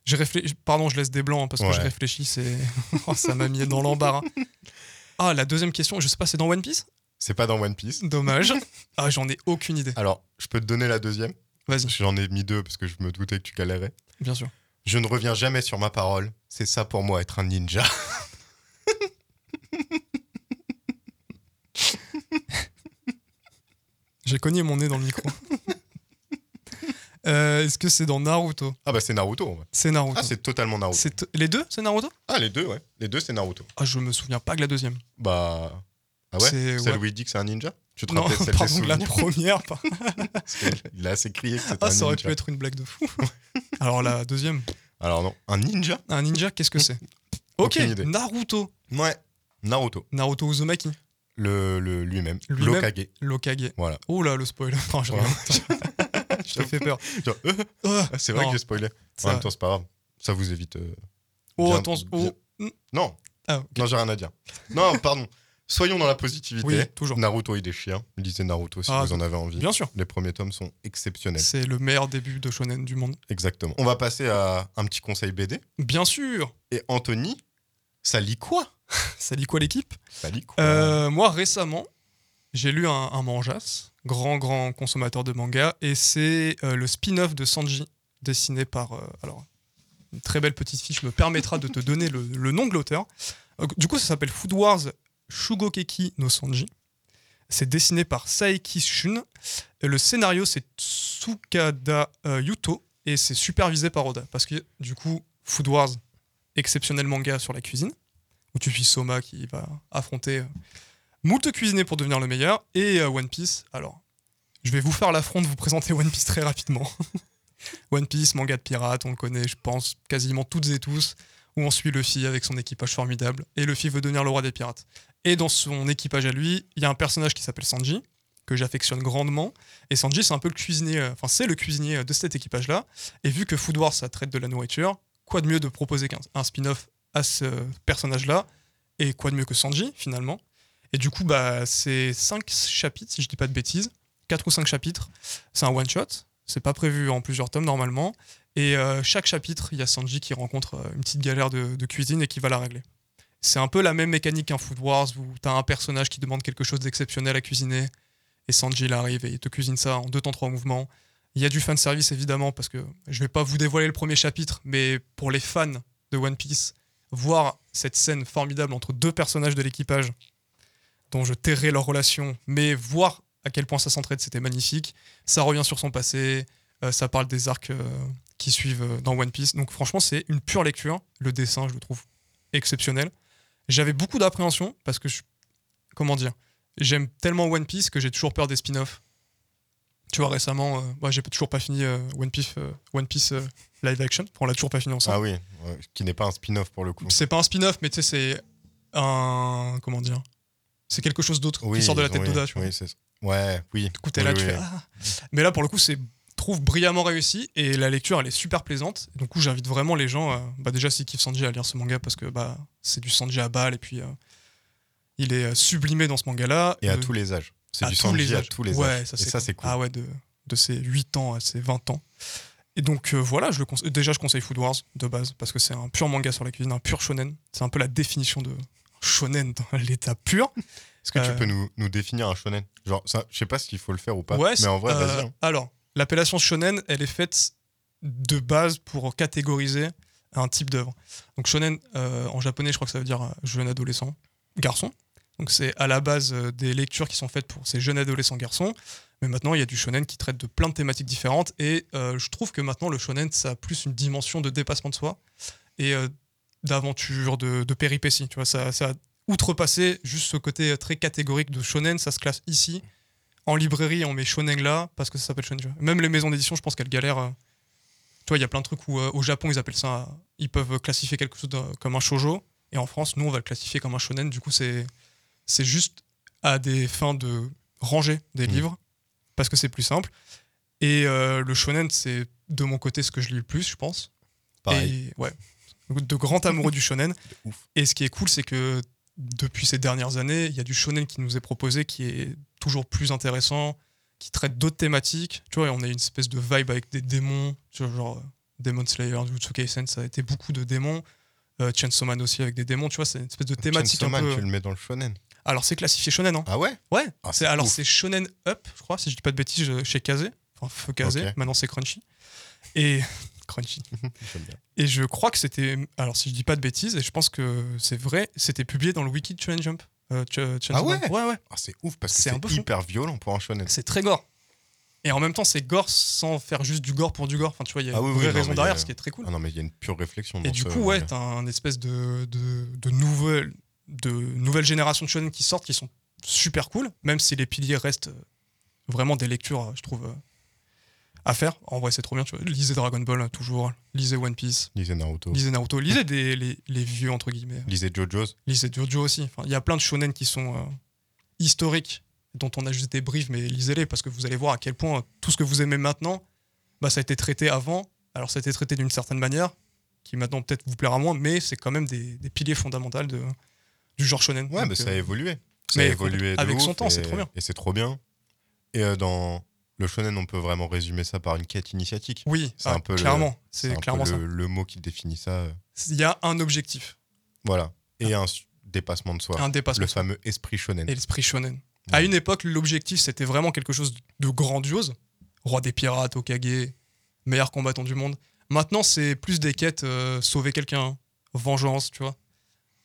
[SPEAKER 1] je réfléch- Pardon, je laisse des blancs hein, parce que
[SPEAKER 2] Ouais.
[SPEAKER 1] je réfléchis. C'est *laughs* Oh, ça m'a mis dans
[SPEAKER 2] *laughs*
[SPEAKER 1] l'embarras. Ah, la deuxième question, je sais pas, c'est dans One Piece
[SPEAKER 2] C'est pas dans One Piece. *laughs*
[SPEAKER 1] Dommage. Ah, j'en ai aucune idée.
[SPEAKER 2] Alors, je peux te donner la deuxième.
[SPEAKER 1] Vas-y,
[SPEAKER 2] J'en ai mis deux parce que je me doutais que tu galérais.
[SPEAKER 1] bien sûr.
[SPEAKER 2] Je ne reviens jamais sur ma parole. C'est ça pour moi être un ninja.
[SPEAKER 1] J'ai cogné mon nez dans le micro. Euh, Est-ce que c'est dans Naruto
[SPEAKER 2] Ah bah c'est Naruto en vrai.
[SPEAKER 1] C'est Naruto.
[SPEAKER 2] Ah c'est totalement Naruto.
[SPEAKER 1] C'est t- les deux C'est Naruto
[SPEAKER 2] Ah les deux ouais. Les deux c'est Naruto.
[SPEAKER 1] Ah, je me souviens pas que la deuxième.
[SPEAKER 2] Bah ah ouais.
[SPEAKER 1] C'est-
[SPEAKER 2] Celle
[SPEAKER 1] ouais.
[SPEAKER 2] où il dit que c'est un ninja. Tu te
[SPEAKER 1] Non,
[SPEAKER 2] rappelles
[SPEAKER 1] *laughs*
[SPEAKER 2] celle
[SPEAKER 1] pardon,
[SPEAKER 2] des
[SPEAKER 1] la première.
[SPEAKER 2] souvenirs
[SPEAKER 1] par-
[SPEAKER 2] Parce que Il a assez crié que c'était
[SPEAKER 1] Ah,
[SPEAKER 2] un
[SPEAKER 1] ça aurait
[SPEAKER 2] ninja.
[SPEAKER 1] pu être une blague de fou. *laughs* Alors la deuxième,
[SPEAKER 2] Alors non, un ninja.
[SPEAKER 1] un ninja, qu'est-ce que c'est Ok,
[SPEAKER 2] Aucune idée.
[SPEAKER 1] Naruto.
[SPEAKER 2] Ouais. Naruto.
[SPEAKER 1] Naruto Uzumaki,
[SPEAKER 2] Le, le- lui-même.
[SPEAKER 1] Lui-même.
[SPEAKER 2] L'Okage.
[SPEAKER 1] L'Okage.
[SPEAKER 2] Voilà.
[SPEAKER 1] Oh là, le spoil. *laughs* Non, je
[SPEAKER 2] Ouais.
[SPEAKER 1] rigole. *laughs* Je te fais peur.
[SPEAKER 2] Genre, euh,
[SPEAKER 1] Ah,
[SPEAKER 2] *laughs* ah, c'est vrai
[SPEAKER 1] non,
[SPEAKER 2] que j'ai spoilé. En
[SPEAKER 1] ça-
[SPEAKER 2] même temps c'est pas grave. Ça vous évite. euh,
[SPEAKER 1] Oh,
[SPEAKER 2] bien-
[SPEAKER 1] attends.
[SPEAKER 2] bien-
[SPEAKER 1] oh, hmm,
[SPEAKER 2] Non.
[SPEAKER 1] Ah, ok.
[SPEAKER 2] Non j'ai rien à dire.
[SPEAKER 1] *laughs*
[SPEAKER 2] Non pardon. Soyons dans la positivité.
[SPEAKER 1] Oui, toujours.
[SPEAKER 2] Naruto il est chien. Lisez Naruto si
[SPEAKER 1] Ah,
[SPEAKER 2] vous en avez envie.
[SPEAKER 1] Bien sûr.
[SPEAKER 2] Les premiers tomes sont exceptionnels.
[SPEAKER 1] C'est le meilleur début de shonen du monde.
[SPEAKER 2] Exactement. On va passer à un petit conseil BD.
[SPEAKER 1] Bien sûr.
[SPEAKER 2] Et Anthony, ça lit quoi
[SPEAKER 1] Ça lit quoi l'équipe
[SPEAKER 2] Ça lit quoi
[SPEAKER 1] Euh, Moi, récemment, j'ai lu un, un mangas, grand, grand consommateur de manga, et c'est euh, le spin-off de Sanji, dessiné par. euh, alors, une très belle petite fiche me permettra de te donner le, le nom de l'auteur. Euh, du coup, ça s'appelle Food Wars Shugokeki no Sanji. C'est dessiné par Saeki Shun. Et Le scénario, c'est Tsukada euh, Yuto, et c'est supervisé par Oda. Parce que, du coup, Food Wars, exceptionnel manga sur la cuisine où tu suis Soma qui va affronter euh, moult cuisiniers pour devenir le meilleur, et euh, One Piece. Alors, je vais vous faire l'affront de vous présenter One Piece très rapidement. *laughs* One Piece, manga de pirate, on le connaît, je pense, quasiment toutes et tous, où on suit Luffy avec son équipage formidable, et Luffy veut devenir le roi des pirates. Et dans son équipage à lui, il y a un personnage qui s'appelle Sanji, que j'affectionne grandement, et Sanji, c'est un peu le cuisinier, euh, enfin, c'est le cuisinier euh, de cet équipage-là, et vu que Food Wars, ça traite de la nourriture, quoi de mieux de proposer qu'un un spin-off à ce personnage-là, et quoi de mieux que Sanji, finalement. Et du coup, bah, c'est 5 chapitres, si je dis pas de bêtises. 4 ou 5 chapitres. C'est un one-shot. C'est pas prévu en plusieurs tomes, normalement. Et euh, chaque chapitre, il y a Sanji qui rencontre euh, une petite galère de, de cuisine et qui va la régler. C'est un peu la même mécanique qu'un Food Wars où t'as un personnage qui demande quelque chose d'exceptionnel à cuisiner et Sanji il arrive et il te cuisine ça en deux temps trois mouvements. Il y a du fan service évidemment parce que je vais pas vous dévoiler le premier chapitre, mais pour les fans de One Piece, voir cette scène formidable entre deux personnages de l'équipage dont je tairai leur relation, mais voir à quel point ça s'entraide, c'était magnifique. Ça revient sur son passé, euh, ça parle des arcs euh, qui suivent euh, dans One Piece. Donc franchement, c'est une pure lecture. Le dessin, je le trouve exceptionnel. J'avais beaucoup d'appréhension parce que je... Comment dire J'aime tellement One Piece que j'ai toujours peur des spin-offs. Tu vois, récemment, euh, ouais, j'ai toujours pas fini euh, One Piece, euh, One Piece euh, live action. On l'a toujours pas fini ensemble.
[SPEAKER 2] Ah oui, ouais, qui n'est pas un spin-off pour le coup.
[SPEAKER 1] C'est pas un spin-off, mais tu sais, c'est un. Comment dire C'est quelque chose d'autre
[SPEAKER 2] Oui,
[SPEAKER 1] qui sort de la
[SPEAKER 2] ils
[SPEAKER 1] tête
[SPEAKER 2] ont-
[SPEAKER 1] d'Oda. tu vois.
[SPEAKER 2] Oui, c'est ça. Ouais, oui.
[SPEAKER 1] Du coup, t'es là,
[SPEAKER 2] Oui,
[SPEAKER 1] tu
[SPEAKER 2] oui.
[SPEAKER 1] fais. Ah. Mais là, pour le coup, c'est trouve brillamment réussi et la lecture elle est super plaisante du coup j'invite vraiment les gens euh, bah déjà s'ils kiffent Sanji à lire ce manga parce que bah c'est du Sanji à balle et puis euh, il est euh, sublimé dans ce Euh, manga là
[SPEAKER 2] Et à tous les âges. C'est
[SPEAKER 1] à
[SPEAKER 2] du
[SPEAKER 1] tous
[SPEAKER 2] Sanji
[SPEAKER 1] les
[SPEAKER 2] à
[SPEAKER 1] âges.
[SPEAKER 2] tous les
[SPEAKER 1] Ouais,
[SPEAKER 2] âges.
[SPEAKER 1] ça,
[SPEAKER 2] Et ça, c'est cool.
[SPEAKER 1] Ah ouais, de, de ses 8 ans à ses 20 ans. Et donc euh, voilà, je le conse- déjà je conseille Food Wars de base parce que c'est un pur manga sur la cuisine, un pur shonen. C'est un peu la définition de shonen dans *laughs* l'état pur.
[SPEAKER 2] Est-ce que
[SPEAKER 1] Euh,
[SPEAKER 2] tu peux nous, nous définir un shonen Genre, ça, je sais pas s'il faut le faire ou pas.
[SPEAKER 1] Ouais,
[SPEAKER 2] mais en vrai,
[SPEAKER 1] euh,
[SPEAKER 2] vas-y. hein.
[SPEAKER 1] Alors, l'appellation shonen, elle est faite de base pour catégoriser un type d'œuvre. Donc shonen, euh, en japonais, je crois que ça veut dire euh, jeune adolescent, garçon. Donc c'est à la base euh, des lectures qui sont faites pour ces jeunes adolescents garçons. Mais maintenant, il y a du shonen qui traite de plein de thématiques différentes. Et euh, je trouve que maintenant, le shonen, ça a plus une dimension de dépassement de soi. et euh, d'aventures, de, de péripéties. Tu vois, ça, ça a outrepassé juste ce côté euh, très catégorique de shonen. Ça se classe ici. En librairie, on met shonen là parce que ça s'appelle shonen. tu vois. Même les maisons d'édition, je pense qu'elles galèrent. euh, tu vois, il y a plein de trucs où euh, au Japon, ils appellent ça. un- Ils peuvent classifier quelque chose d'un- comme un shojo. Et en France, nous, on va le classifier comme un shonen. Du coup, c'est c'est juste à des fins de ranger des
[SPEAKER 2] Mhm.
[SPEAKER 1] livres parce que c'est plus simple. Et euh, le shonen, c'est de mon côté ce que je lis le plus, je pense.
[SPEAKER 2] Pareil.
[SPEAKER 1] Et, ouais. De grands amoureux du
[SPEAKER 2] *laughs*
[SPEAKER 1] shonen.
[SPEAKER 2] ouf.
[SPEAKER 1] Et ce qui est cool, c'est que depuis ces dernières années, il y a du shonen qui nous est proposé qui est toujours plus intéressant, qui traite d'autres thématiques. Tu vois, et on a une espèce de vibe avec des démons, tu vois, genre euh, Demon Slayer, Jujutsu Kaisen, ça a été beaucoup de démons. Euh, Chainsaw Man aussi avec des démons, tu vois, c'est une espèce de thématique
[SPEAKER 2] Chainsaw
[SPEAKER 1] un
[SPEAKER 2] Man,
[SPEAKER 1] peu.
[SPEAKER 2] tu le mets dans le shonen.
[SPEAKER 1] Alors c'est classifié shonen, hein
[SPEAKER 2] Ah ouais
[SPEAKER 1] Ouais.
[SPEAKER 2] Ah,
[SPEAKER 1] c'est alors
[SPEAKER 2] ouf.
[SPEAKER 1] c'est Shonen Up, je crois, si je dis pas de bêtises, je- chez Kazé, enfin Feu Kazé.
[SPEAKER 2] Ok.
[SPEAKER 1] Maintenant c'est Crunchy. Et *laughs* Crunchy.
[SPEAKER 2] J'aime bien.
[SPEAKER 1] Et je crois que c'était. Alors, si je dis pas de bêtises, et je pense que c'est vrai, c'était publié dans le wiki de Shonen Jump. Euh, Ch- Chainsaw Man.
[SPEAKER 2] ouais
[SPEAKER 1] Ouais, ouais.
[SPEAKER 2] Ah, c'est ouf parce que
[SPEAKER 1] C'est un peu
[SPEAKER 2] c'est
[SPEAKER 1] fou.
[SPEAKER 2] hyper violent pour un shonen.
[SPEAKER 1] C'est très gore. Et en même temps, c'est gore sans faire juste du gore pour du gore. Enfin, tu vois, il y a
[SPEAKER 2] Ah
[SPEAKER 1] une
[SPEAKER 2] oui,
[SPEAKER 1] vraie
[SPEAKER 2] oui, non,
[SPEAKER 1] raison
[SPEAKER 2] mais
[SPEAKER 1] derrière,
[SPEAKER 2] il y a-
[SPEAKER 1] ce qui est très cool.
[SPEAKER 2] Ah non, mais il y a une pure réflexion.
[SPEAKER 1] Et
[SPEAKER 2] dans
[SPEAKER 1] du
[SPEAKER 2] ce
[SPEAKER 1] coup, ouais,
[SPEAKER 2] manga.
[SPEAKER 1] t'as un espèce de, de, de nouvelle, de nouvelle génération de shonen qui sortent, qui sont super cool, même si les piliers restent euh, vraiment des lectures, euh, je trouve, euh, à faire. En vrai, c'est trop bien, tu vois. Lisez Dragon Ball, euh, toujours. Lisez One Piece.
[SPEAKER 2] Lisez Naruto.
[SPEAKER 1] Lisez Naruto. Lisez des, les, les vieux, entre guillemets.
[SPEAKER 2] Lisez JoJo's.
[SPEAKER 1] Lisez Jojo aussi. Enfin, il y a plein de shonen qui sont euh, historiques, dont on a juste des briefs, mais lisez-les parce que vous allez voir à quel point tout ce que vous aimez maintenant, bah, ça a été traité avant. Alors, ça a été traité d'une certaine manière, qui maintenant peut-être vous plaira moins, mais c'est quand même des, des piliers fondamentaux de, du genre shonen.
[SPEAKER 2] Ouais,
[SPEAKER 1] Donc,
[SPEAKER 2] mais ça a
[SPEAKER 1] euh,
[SPEAKER 2] évolué. Ça a
[SPEAKER 1] mais
[SPEAKER 2] évolué de
[SPEAKER 1] avec son
[SPEAKER 2] ouf
[SPEAKER 1] temps, c'est
[SPEAKER 2] et-
[SPEAKER 1] trop bien.
[SPEAKER 2] Et c'est trop bien. Et euh, dans le shonen, on peut vraiment résumer ça par une quête initiatique.
[SPEAKER 1] Oui,
[SPEAKER 2] c'est
[SPEAKER 1] ah,
[SPEAKER 2] un peu le-
[SPEAKER 1] clairement.
[SPEAKER 2] un
[SPEAKER 1] C'est
[SPEAKER 2] peu
[SPEAKER 1] clairement ça.
[SPEAKER 2] le, le mot qui définit ça. euh,
[SPEAKER 1] Il y a un objectif,
[SPEAKER 2] Voilà. Et un su- dépassement de soi.
[SPEAKER 1] Ah. un dépassement.
[SPEAKER 2] le fameux esprit shonen.
[SPEAKER 1] et l'esprit shonen. À une époque, l'objectif, c'était vraiment quelque chose de grandiose. Roi des pirates, Okage, meilleur combattant du monde. Maintenant, c'est plus des quêtes, euh, sauver quelqu'un, vengeance, tu vois.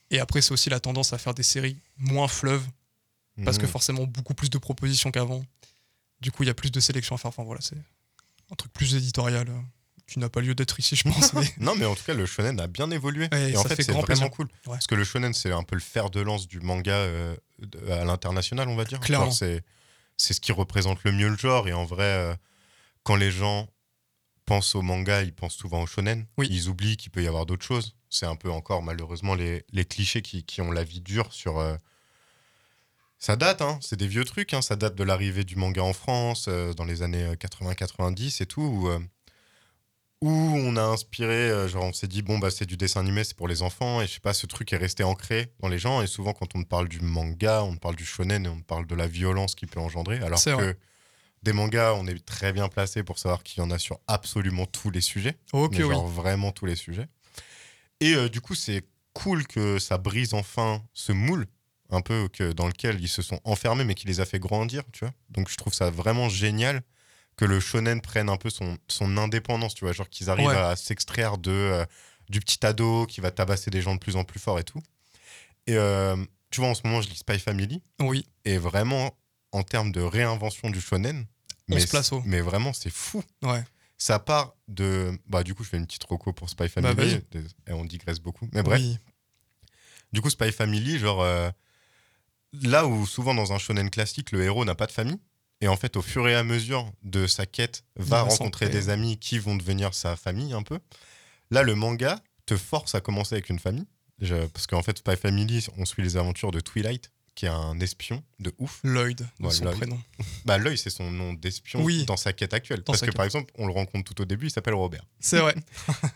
[SPEAKER 1] Et après, c'est aussi la tendance à faire des séries moins fleuves, parce que
[SPEAKER 2] Mmh.
[SPEAKER 1] forcément, beaucoup plus de propositions qu'avant. Du coup, il y a plus de sélections à faire. Enfin, voilà, c'est un truc plus éditorial euh, qui n'a pas lieu d'être ici, je
[SPEAKER 2] *laughs*
[SPEAKER 1] pense. mais-
[SPEAKER 2] Mmh. Non, mais en tout cas, le shonen a bien évolué.
[SPEAKER 1] Ouais,
[SPEAKER 2] et en
[SPEAKER 1] ça
[SPEAKER 2] fait,
[SPEAKER 1] fait
[SPEAKER 2] c'est
[SPEAKER 1] grand
[SPEAKER 2] vraiment
[SPEAKER 1] plaisir.
[SPEAKER 2] cool.
[SPEAKER 1] Ouais.
[SPEAKER 2] Parce que le shonen, c'est un peu le fer de lance du manga euh, de- à l'international, on va dire.
[SPEAKER 1] Clairement.
[SPEAKER 2] Genre, C'est c'est ce qui représente le mieux le genre. Et en vrai, euh, quand les gens pensent au manga, ils pensent souvent au shonen.
[SPEAKER 1] Oui.
[SPEAKER 2] Ils oublient qu'il peut y avoir d'autres choses. C'est un peu encore, malheureusement, les, les clichés qui, qui ont la vie dure sur. euh, ça date, hein, c'est des vieux trucs, hein, ça date de l'arrivée du manga en France euh, dans les années euh, 80-90 et tout, où, euh, où on a inspiré, euh, genre on s'est dit bon bah c'est du dessin animé, c'est pour les enfants et je sais pas, ce truc est resté ancré dans les gens et souvent quand on te parle du manga, on te parle du shonen et on te parle de la violence qu'il peut engendrer, alors
[SPEAKER 1] C'est
[SPEAKER 2] que
[SPEAKER 1] vrai.
[SPEAKER 2] des mangas, on est très bien placé pour savoir qu'il y en a sur absolument tous les sujets,
[SPEAKER 1] Ok,
[SPEAKER 2] mais
[SPEAKER 1] oui.
[SPEAKER 2] genre vraiment tous les sujets. Et euh, du coup c'est cool que ça brise enfin ce moule un peu que, dans lequel ils se sont enfermés mais qui les a fait grandir, tu vois. Donc je trouve ça vraiment génial que le shonen prenne un peu son, son indépendance, tu vois, genre qu'ils arrivent
[SPEAKER 1] Ouais.
[SPEAKER 2] à s'extraire de euh, du petit ado qui va tabasser des gens de plus en plus fort et tout. Et euh, tu vois en ce moment je lis Spy Family
[SPEAKER 1] Oui,
[SPEAKER 2] et vraiment en termes de réinvention du shonen
[SPEAKER 1] On
[SPEAKER 2] mais
[SPEAKER 1] se place
[SPEAKER 2] c'est-
[SPEAKER 1] haut.
[SPEAKER 2] mais vraiment c'est fou
[SPEAKER 1] ouais.
[SPEAKER 2] ça part de bah du coup je fais une petite roco pour Spy
[SPEAKER 1] Bah,
[SPEAKER 2] Family
[SPEAKER 1] vas-y.
[SPEAKER 2] Dés- et on digresse beaucoup mais bref
[SPEAKER 1] Oui.
[SPEAKER 2] du coup, Spy Family, genre euh, là où souvent dans un shonen classique, le héros n'a pas de famille. Et en fait, au fur et à mesure de sa quête, va
[SPEAKER 1] va
[SPEAKER 2] rencontrer
[SPEAKER 1] s'entrer.
[SPEAKER 2] des amis qui vont devenir sa famille un peu. Là, le manga te force à commencer avec une famille. Je- parce qu'en fait, Spy Family, on suit les aventures de Twilight, qui est un espion de ouf.
[SPEAKER 1] Lloyd, de
[SPEAKER 2] Ouais,
[SPEAKER 1] son
[SPEAKER 2] Lloyd.
[SPEAKER 1] prénom.
[SPEAKER 2] Bah, l'œil, c'est son nom d'espion
[SPEAKER 1] Oui.
[SPEAKER 2] dans sa quête actuelle. parce
[SPEAKER 1] sa
[SPEAKER 2] que
[SPEAKER 1] quête.
[SPEAKER 2] par exemple, on le rencontre tout au début, il s'appelle Robert.
[SPEAKER 1] *laughs* C'est vrai.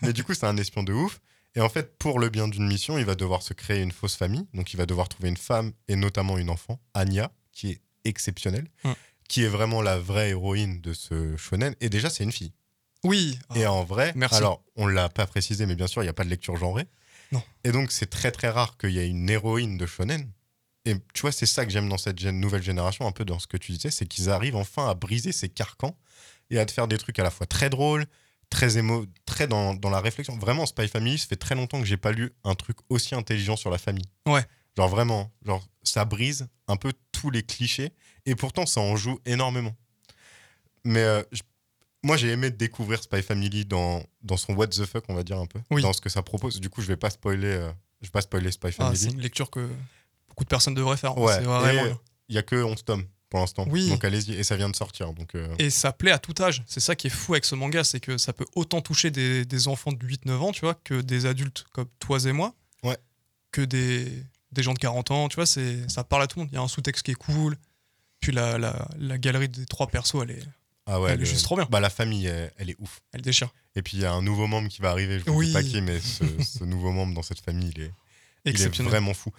[SPEAKER 2] Mais du coup, c'est un espion de ouf. Et en fait, pour le bien d'une mission, il va devoir se créer une fausse famille. Donc, il va devoir trouver une femme et notamment une enfant, Anya, qui est exceptionnelle,
[SPEAKER 1] Mm.
[SPEAKER 2] qui est vraiment la vraie héroïne de ce shonen. Et déjà, c'est une fille.
[SPEAKER 1] Oui.
[SPEAKER 2] Et en vrai,
[SPEAKER 1] Ah, Merci.
[SPEAKER 2] alors, on l'a pas précisé, mais bien sûr, il n'y a pas de lecture genrée.
[SPEAKER 1] Non.
[SPEAKER 2] Et donc, c'est très, très rare qu'il y ait une héroïne de shonen. Et tu vois, c'est ça que j'aime dans cette gén- nouvelle génération, un peu dans ce que tu disais, c'est qu'ils arrivent enfin à briser ces carcans et à te faire des trucs à la fois très drôles, très émo, très dans, dans la réflexion. Vraiment, Spy Family, ça fait très longtemps que j'ai pas lu un truc aussi intelligent sur la famille.
[SPEAKER 1] Ouais.
[SPEAKER 2] Genre vraiment, genre ça brise un peu tous les clichés et pourtant ça en joue énormément. Mais euh, je- Moi, j'ai aimé découvrir Spy Family dans, dans son what the fuck, on va dire un peu,
[SPEAKER 1] Oui.
[SPEAKER 2] dans ce que ça propose. Du coup, je vais pas spoiler, euh, je vais pas spoiler Spy
[SPEAKER 1] Ah, c'est
[SPEAKER 2] Family.
[SPEAKER 1] une lecture que beaucoup de personnes devraient faire.
[SPEAKER 2] Ouais,
[SPEAKER 1] C'est vraiment-
[SPEAKER 2] et- Il y a que 11 tomes pour l'instant.
[SPEAKER 1] Oui.
[SPEAKER 2] Donc allez-y, et ça vient de sortir. Donc euh,
[SPEAKER 1] Et ça plaît à tout âge. C'est ça qui est fou avec ce manga, c'est que ça peut autant toucher des, des enfants de 8-9 ans, tu vois, que des adultes comme toi et moi,
[SPEAKER 2] Ouais.
[SPEAKER 1] que des, des gens de 40 ans, tu vois, c'est, ça parle à tout le monde. Il y a un sous-texte qui est cool, puis la, la, la galerie des trois persos, elle, est,
[SPEAKER 2] ah ouais,
[SPEAKER 1] elle est
[SPEAKER 2] le-
[SPEAKER 1] juste trop bien.
[SPEAKER 2] Bah, la famille, elle, elle est ouf.
[SPEAKER 1] elle déchire.
[SPEAKER 2] Et puis il y a un nouveau membre qui va arriver. Je vous
[SPEAKER 1] Oui.
[SPEAKER 2] dis pas qui, mais ce, *laughs* ce nouveau membre dans cette famille, il est, il est
[SPEAKER 1] Exceptionnel.
[SPEAKER 2] vraiment fou.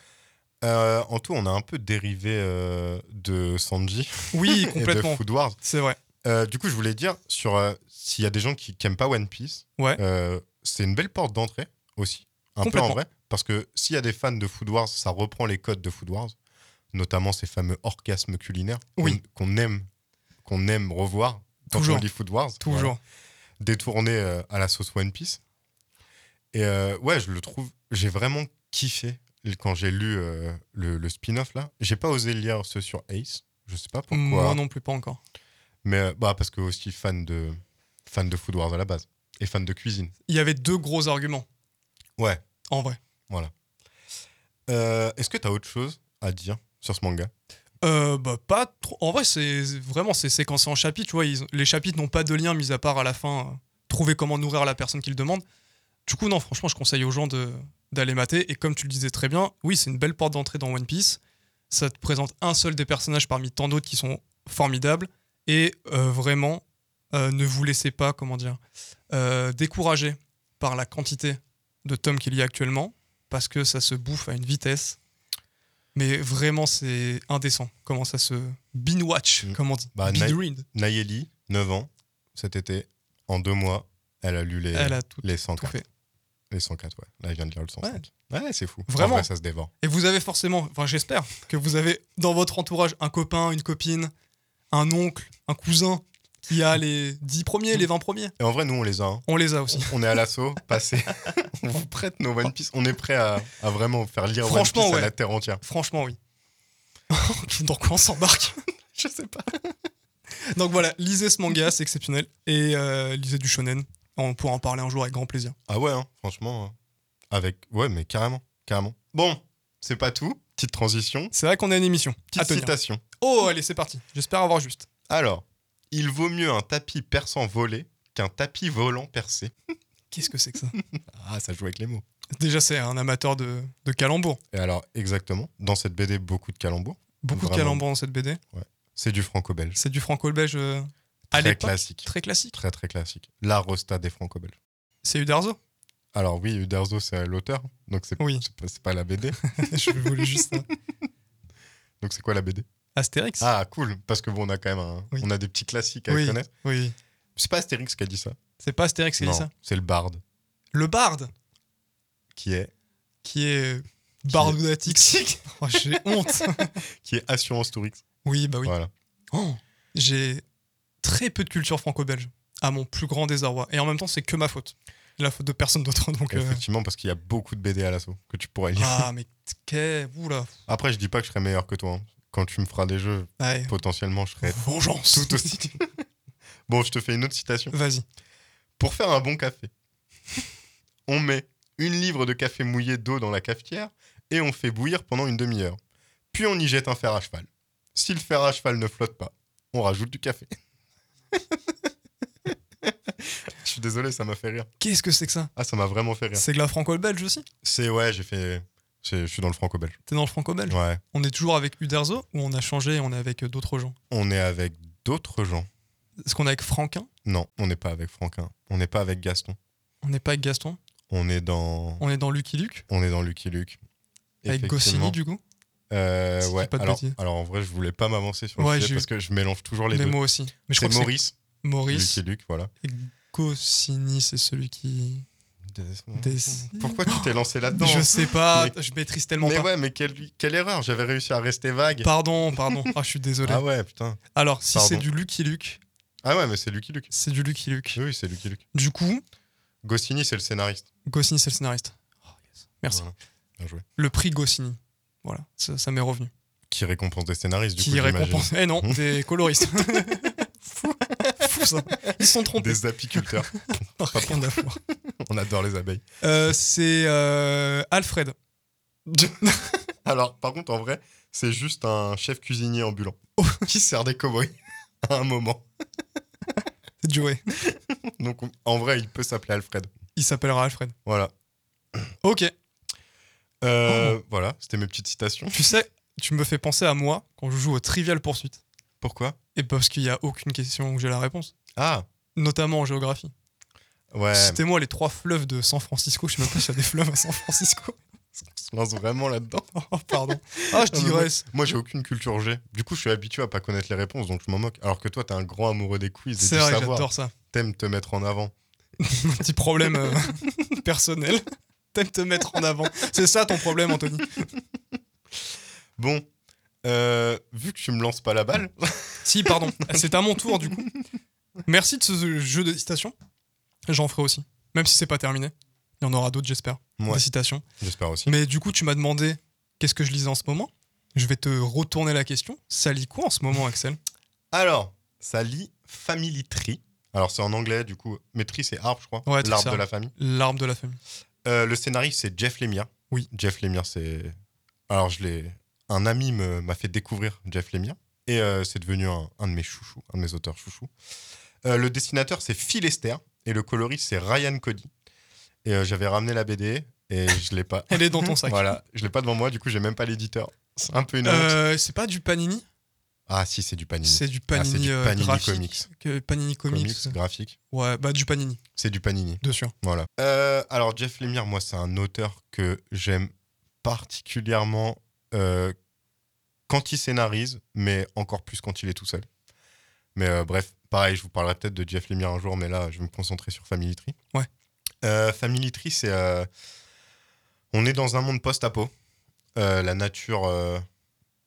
[SPEAKER 2] Euh, en tout, on a un peu dérivé euh, de Sanji *laughs*
[SPEAKER 1] Oui,
[SPEAKER 2] et de
[SPEAKER 1] complètement.
[SPEAKER 2] Eh ben, Food Wars.
[SPEAKER 1] C'est vrai.
[SPEAKER 2] Euh, du coup, je voulais dire sur euh, s'il y a des gens qui n'aiment pas One Piece,
[SPEAKER 1] Ouais.
[SPEAKER 2] euh, c'est une belle porte d'entrée aussi, un peu en
[SPEAKER 1] Complètement.
[SPEAKER 2] vrai, parce que s'il y a des fans de Food Wars, ça reprend les codes de Food Wars, notamment ces fameux orgasmes culinaires qu'on-
[SPEAKER 1] Oui.
[SPEAKER 2] qu'on aime, qu'on aime revoir quand
[SPEAKER 1] Toujours.
[SPEAKER 2] on lit Food Wars,
[SPEAKER 1] Toujours.
[SPEAKER 2] voilà, détournés euh, à la sauce One Piece. Et euh, ouais, je le trouve, j'ai vraiment kiffé quand j'ai lu euh, le, le spin-off là. J'ai pas osé lire ce sur Ace, je sais pas pourquoi.
[SPEAKER 1] Moi non plus, pas encore.
[SPEAKER 2] Mais euh, bah, parce que aussi fan de, fan de Food Wars à la base et fan de cuisine.
[SPEAKER 1] Il y avait deux gros arguments,
[SPEAKER 2] Ouais.
[SPEAKER 1] en vrai.
[SPEAKER 2] Euh, Est-ce que tu as autre chose à dire sur ce manga
[SPEAKER 1] Euh, bah, pas trop. En vrai, c'est vraiment c'est séquencé en chapitres. Tu vois, ils- les chapitres n'ont pas de lien, mis à part à la fin, euh, trouver comment nourrir la personne qui le demande. Du coup, non, franchement, je conseille aux gens de- d'aller mater. Et comme tu le disais très bien, oui, c'est une belle porte d'entrée dans One Piece. Ça te présente un seul des personnages parmi tant d'autres qui sont formidables. Et euh, vraiment, euh, ne vous laissez pas, comment dire, euh, décourager par la quantité de tomes qu'il y a actuellement, parce que ça se bouffe à une vitesse. Mais vraiment, c'est indécent. Comment ça se binge-watch,
[SPEAKER 2] Mm.
[SPEAKER 1] comment on dit
[SPEAKER 2] Bah,
[SPEAKER 1] Binge
[SPEAKER 2] Nai-
[SPEAKER 1] read.
[SPEAKER 2] Nayeli, 9 ans, cet été, en deux mois, elle a lu les,
[SPEAKER 1] Elle a tout,
[SPEAKER 2] les
[SPEAKER 1] tout
[SPEAKER 2] 104.
[SPEAKER 1] fait.
[SPEAKER 2] Les 104, ouais. Là, elle vient de lire le 105. Ouais, c'est fou. En
[SPEAKER 1] Vraiment.
[SPEAKER 2] vrai, ça se dévore.
[SPEAKER 1] Et vous avez forcément, enfin j'espère, que vous avez dans votre entourage un copain, une copine, un oncle, un cousin qui a les 10 premiers, les 20 premiers.
[SPEAKER 2] Et en vrai, nous, on les a. hein.
[SPEAKER 1] On les a aussi.
[SPEAKER 2] On est
[SPEAKER 1] *laughs*
[SPEAKER 2] à l'assaut, passé. on vous prête nos One Piece. On est prêt à, à vraiment faire lire One Piece
[SPEAKER 1] Franchement,
[SPEAKER 2] à
[SPEAKER 1] ouais.
[SPEAKER 2] la
[SPEAKER 1] *laughs*
[SPEAKER 2] terre entière.
[SPEAKER 1] Franchement, oui. Donc on s'embarque.
[SPEAKER 2] Je sais pas.
[SPEAKER 1] Donc voilà, lisez ce manga, c'est exceptionnel. Et euh, lisez du shonen. On pourra en parler un jour avec grand plaisir.
[SPEAKER 2] Ah ouais, hein, franchement. euh, Avec. Ouais, mais carrément. Carrément. Bon, c'est pas tout. Petite transition.
[SPEAKER 1] C'est vrai qu'on a une émission.
[SPEAKER 2] Petite
[SPEAKER 1] À tenir.
[SPEAKER 2] citation.
[SPEAKER 1] Oh, allez, c'est parti. J'espère avoir juste.
[SPEAKER 2] Alors, il vaut mieux un tapis perçant volé qu'un tapis volant percé.
[SPEAKER 1] Qu'est-ce que c'est que ça
[SPEAKER 2] Ah, ça joue avec les mots.
[SPEAKER 1] Déjà, c'est un amateur de, de calembours.
[SPEAKER 2] Et alors, exactement, dans cette BD, beaucoup de calembours.
[SPEAKER 1] Beaucoup de
[SPEAKER 2] Vraiment.
[SPEAKER 1] calembours dans cette BD.
[SPEAKER 2] C'est du franco-belge.
[SPEAKER 1] C'est du franco-belge euh, à
[SPEAKER 2] Très
[SPEAKER 1] l'époque.
[SPEAKER 2] classique.
[SPEAKER 1] Très classique.
[SPEAKER 2] Très, très classique. La rosta des franco-belges.
[SPEAKER 1] C'est Udarzo.
[SPEAKER 2] Alors oui, Uderzo, c'est l'auteur, donc c'est
[SPEAKER 1] Oui.
[SPEAKER 2] c'est pas, c'est pas la BD.
[SPEAKER 1] *laughs* Je voulais juste ça.
[SPEAKER 2] donc c'est quoi la BD
[SPEAKER 1] Astérix
[SPEAKER 2] Ah, cool, parce que bon, on a quand même un-
[SPEAKER 1] Oui.
[SPEAKER 2] on a des petits classiques à
[SPEAKER 1] oui,
[SPEAKER 2] connaître.
[SPEAKER 1] oui.
[SPEAKER 2] C'est pas Astérix qui a dit ça.
[SPEAKER 1] C'est pas Astérix qui a dit
[SPEAKER 2] Non,
[SPEAKER 1] ça.
[SPEAKER 2] c'est le barde
[SPEAKER 1] Le barde,
[SPEAKER 2] qui est,
[SPEAKER 1] qui est Bardodatix. *laughs* Oh, J'ai honte. *laughs*
[SPEAKER 2] qui est Assurance Tourix.
[SPEAKER 1] Oui, bah oui.
[SPEAKER 2] Voilà.
[SPEAKER 1] Oh, J'ai très peu de culture franco-belge, à mon plus grand désarroi. Et en même temps, c'est que ma faute. La faute de personne d'autre. Donc, euh,
[SPEAKER 2] Effectivement, parce qu'il y a beaucoup de BD à l'assaut que tu pourrais lire.
[SPEAKER 1] Ah, mais qu'est. Oula.
[SPEAKER 2] Après, je dis pas que je serais meilleur que toi. hein. Quand tu me feras des jeux,
[SPEAKER 1] Ouais.
[SPEAKER 2] potentiellement, je serais
[SPEAKER 1] Vengeance.
[SPEAKER 2] tout aussi. bon, je te fais une autre citation.
[SPEAKER 1] *laughs* Vas-y.
[SPEAKER 2] Pour faire un bon café, *laughs* on met une livre de café mouillé d'eau dans la cafetière et on fait bouillir pendant une demi-heure. Puis on y jette un fer à cheval. Si le fer à cheval ne flotte pas, on rajoute du café. *laughs* je suis désolé, ça m'a fait rire.
[SPEAKER 1] Qu'est-ce que c'est que ça
[SPEAKER 2] Ah, ça m'a vraiment fait rire.
[SPEAKER 1] C'est de la franco-belge aussi
[SPEAKER 2] C'est ouais, j'ai fait. c'est- Je suis dans le franco-belge.
[SPEAKER 1] T'es dans le franco-belge
[SPEAKER 2] Ouais.
[SPEAKER 1] On est toujours avec Uderzo ou on a changé et on est avec euh, d'autres gens
[SPEAKER 2] On est avec d'autres gens.
[SPEAKER 1] Est-ce qu'on est avec Franquin
[SPEAKER 2] Non, on n'est pas avec Franquin. On n'est pas avec Gaston.
[SPEAKER 1] On n'est pas avec Gaston
[SPEAKER 2] On est dans.
[SPEAKER 1] On est dans Lucky Luke
[SPEAKER 2] On est dans Lucky Luke.
[SPEAKER 1] Avec
[SPEAKER 2] Effectivement.
[SPEAKER 1] Goscinny du coup
[SPEAKER 2] Euh,
[SPEAKER 1] Si je dis
[SPEAKER 2] ouais.
[SPEAKER 1] pas de
[SPEAKER 2] alors,
[SPEAKER 1] bêtises.
[SPEAKER 2] alors en vrai, je voulais pas m'avancer sur le
[SPEAKER 1] Ouais,
[SPEAKER 2] sujet
[SPEAKER 1] j'ai-
[SPEAKER 2] parce que je mélange toujours les,
[SPEAKER 1] Les,
[SPEAKER 2] deux.
[SPEAKER 1] mots aussi. Mais je
[SPEAKER 2] C'est
[SPEAKER 1] crois que
[SPEAKER 2] Maurice,
[SPEAKER 1] c'est Maurice
[SPEAKER 2] Lucky Luke, voilà.
[SPEAKER 1] et Goscinny, c'est celui qui. dessine.
[SPEAKER 2] Pourquoi tu t'es lancé là-dedans
[SPEAKER 1] Oh, Je sais pas,
[SPEAKER 2] Mais-
[SPEAKER 1] je maîtrise tellement
[SPEAKER 2] Mais
[SPEAKER 1] pas.
[SPEAKER 2] ouais, mais quelle, quelle erreur J'avais réussi à rester vague.
[SPEAKER 1] Pardon, pardon. Ah, je suis désolé.
[SPEAKER 2] Ah ouais, putain.
[SPEAKER 1] Alors, si
[SPEAKER 2] Pardon.
[SPEAKER 1] c'est du Lucky Luke,
[SPEAKER 2] Ah ouais, mais c'est Lucky Luke.
[SPEAKER 1] c'est du Lucky Luke.
[SPEAKER 2] Oui, c'est Lucky Luke.
[SPEAKER 1] Du coup,
[SPEAKER 2] Goscinny, c'est le scénariste.
[SPEAKER 1] Goscinny, c'est le scénariste. Oh, yes. Merci.
[SPEAKER 2] Voilà. Bien joué.
[SPEAKER 1] Le prix Goscinny. Voilà, ça, ça m'est revenu.
[SPEAKER 2] Qui récompense des scénaristes, du
[SPEAKER 1] qui
[SPEAKER 2] *laughs* coup, j'imagine.
[SPEAKER 1] récompense. Eh non, des coloristes. *laughs* Fou. Fou. tout ça. Ils se sont trompés.
[SPEAKER 2] Des apiculteurs.
[SPEAKER 1] *laughs* Rien à voir.
[SPEAKER 2] On adore les abeilles.
[SPEAKER 1] Euh, c'est euh, Alfred. *laughs*
[SPEAKER 2] Alors, par contre, en vrai, c'est juste un chef cuisinier ambulant *laughs* qui sert des cow-boys *laughs* à un moment.
[SPEAKER 1] C'est Joey.
[SPEAKER 2] Donc, on- en vrai, il peut s'appeler Alfred.
[SPEAKER 1] Il s'appellera Alfred.
[SPEAKER 2] Voilà.
[SPEAKER 1] Ok.
[SPEAKER 2] Euh,
[SPEAKER 1] Oh.
[SPEAKER 2] Voilà, c'était mes petites citations.
[SPEAKER 1] Tu sais, tu me fais penser à moi quand je joue au Trivial Poursuite.
[SPEAKER 2] Pourquoi
[SPEAKER 1] Et parce qu'il n'y a aucune question où j'ai la réponse.
[SPEAKER 2] Ah,
[SPEAKER 1] Notamment en géographie.
[SPEAKER 2] ouais.
[SPEAKER 1] C'était moi les trois fleuves de San Francisco. Je sais même pas s'il y a des fleuves à San Francisco. *laughs*
[SPEAKER 2] On se lance vraiment là-dedans.
[SPEAKER 1] Oh, pardon. Ah, je
[SPEAKER 2] Ah, mais
[SPEAKER 1] digresse.
[SPEAKER 2] Moi, j'ai aucune culture G. Du coup, je suis habitué à pas connaître les réponses, donc je m'en moque. Alors que toi, t'es un grand amoureux des quiz et
[SPEAKER 1] C'est
[SPEAKER 2] du
[SPEAKER 1] vrai,
[SPEAKER 2] savoir.
[SPEAKER 1] j'adore ça. *laughs*
[SPEAKER 2] T'aimes te mettre en avant.
[SPEAKER 1] Un petit problème euh, *laughs* personnel. T'aimes te mettre en avant. C'est ça ton problème, Anthony.
[SPEAKER 2] Bon, euh, vu que tu me lances pas la balle, *laughs*
[SPEAKER 1] Si, pardon. C'est à mon tour, du coup. Merci de ce jeu de citations. J'en ferai aussi. Même si c'est pas terminé. Il y en aura d'autres, j'espère.
[SPEAKER 2] Ouais.
[SPEAKER 1] Des citations.
[SPEAKER 2] j'espère aussi.
[SPEAKER 1] Mais du coup, tu m'as demandé qu'est-ce que je lisais en ce moment. Je vais te retourner la question. Ça lit quoi en ce moment, Axel *laughs*
[SPEAKER 2] Alors, ça lit Family Tree. Alors, c'est en anglais, du coup. Mais tree, c'est arbre, je crois.
[SPEAKER 1] Ouais, tree, c'est
[SPEAKER 2] L'arbre de
[SPEAKER 1] arbre.
[SPEAKER 2] la famille.
[SPEAKER 1] L'arbre de la famille.
[SPEAKER 2] Euh, le scénariste, c'est Jeff Lemire.
[SPEAKER 1] Oui.
[SPEAKER 2] Jeff Lemire, c'est. Alors, je l'ai. Un ami me- m'a fait découvrir Jeff Lemire. Et euh, c'est devenu un, un de mes chouchous, un de mes auteurs chouchous. Euh, le dessinateur, c'est Phil Esther. Et le coloriste, c'est Ryan Cody. Et euh, j'avais ramené la BD et je
[SPEAKER 1] *laughs*
[SPEAKER 2] l'ai pas.
[SPEAKER 1] Elle est dans ton sac.
[SPEAKER 2] voilà, je l'ai pas devant moi, du coup, j'ai même pas l'éditeur. C'est un peu une honte.
[SPEAKER 1] Euh, c'est pas du Panini,
[SPEAKER 2] Ah, si, c'est du Panini.
[SPEAKER 1] c'est du
[SPEAKER 2] Ah, c'est
[SPEAKER 1] Panini,
[SPEAKER 2] du
[SPEAKER 1] euh,
[SPEAKER 2] Panini
[SPEAKER 1] graphique,
[SPEAKER 2] Comics.
[SPEAKER 1] que- Panini Comics.
[SPEAKER 2] Comics, graphique.
[SPEAKER 1] Ouais, bah du Panini,
[SPEAKER 2] C'est du Panini.
[SPEAKER 1] de sûr.
[SPEAKER 2] Voilà. Euh, alors, Jeff Lemire, moi, c'est un auteur que j'aime particulièrement euh, quand il scénarise, mais encore plus quand il est tout seul. Mais euh, bref, pareil, je vous parlerai peut-être de Jeff Lemire un jour, mais là, je vais me concentrer sur Family Tree.
[SPEAKER 1] Ouais.
[SPEAKER 2] Euh, Family Tree, c'est. euh, on est dans un monde post-apo. Euh, la nature. euh,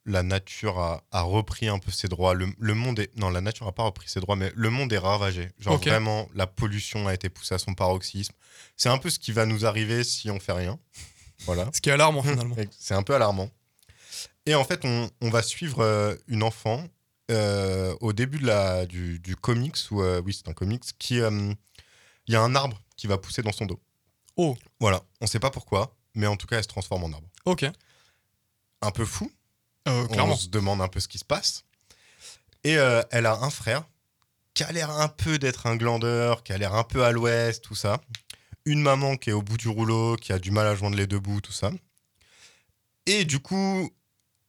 [SPEAKER 2] la nature a, a repris un peu ses droits. Le, le monde est. Non, la nature n'a pas repris ses droits, mais le monde est ravagé. Genre
[SPEAKER 1] Ok.
[SPEAKER 2] vraiment, la pollution a été poussée à son paroxysme. C'est un peu ce qui va nous arriver si on fait rien. voilà.
[SPEAKER 1] Ce qui est alarmant finalement.
[SPEAKER 2] Mmh. Et C'est un peu alarmant. Et en fait, on, on va suivre euh, une enfant euh, au début de la, du, du comics, ou euh, oui, c'est un comics, qui. euh, Il y a un arbre qui va pousser dans son dos.
[SPEAKER 1] Oh.
[SPEAKER 2] Voilà. On sait pas pourquoi, mais en tout cas, elle se transforme en arbre.
[SPEAKER 1] ok,
[SPEAKER 2] Un peu fou,
[SPEAKER 1] Euh, clairement.
[SPEAKER 2] on se demande un peu ce qui se passe. Et euh, elle a un frère qui a l'air un peu d'être un glandeur, qui a l'air un peu à l'ouest, tout ça. Une maman qui est au bout du rouleau, qui a du mal à joindre les deux bouts, tout ça. Et du coup,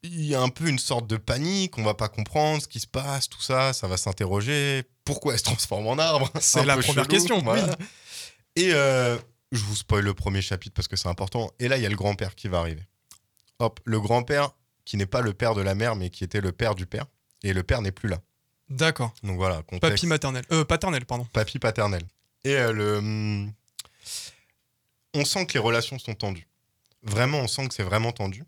[SPEAKER 2] il y a un peu une sorte de panique, on va pas comprendre ce qui se passe, tout ça, ça va s'interroger. Pourquoi elle se transforme en arbre *laughs*
[SPEAKER 1] C'est
[SPEAKER 2] Un
[SPEAKER 1] la
[SPEAKER 2] peu
[SPEAKER 1] première question,
[SPEAKER 2] voilà. Et euh, je vous spoil le premier chapitre parce que c'est important. Et là, il y a le grand-père qui va arriver. Hop, le grand-père qui n'est pas le père de la mère, mais qui était le père du père. Et le père n'est plus là.
[SPEAKER 1] D'accord.
[SPEAKER 2] Donc voilà, contexte.
[SPEAKER 1] Papy maternel, euh, paternel, pardon.
[SPEAKER 2] Papy paternel. Et euh, le. hum, On sent que les relations sont tendues. Vraiment, on sent que c'est vraiment tendu.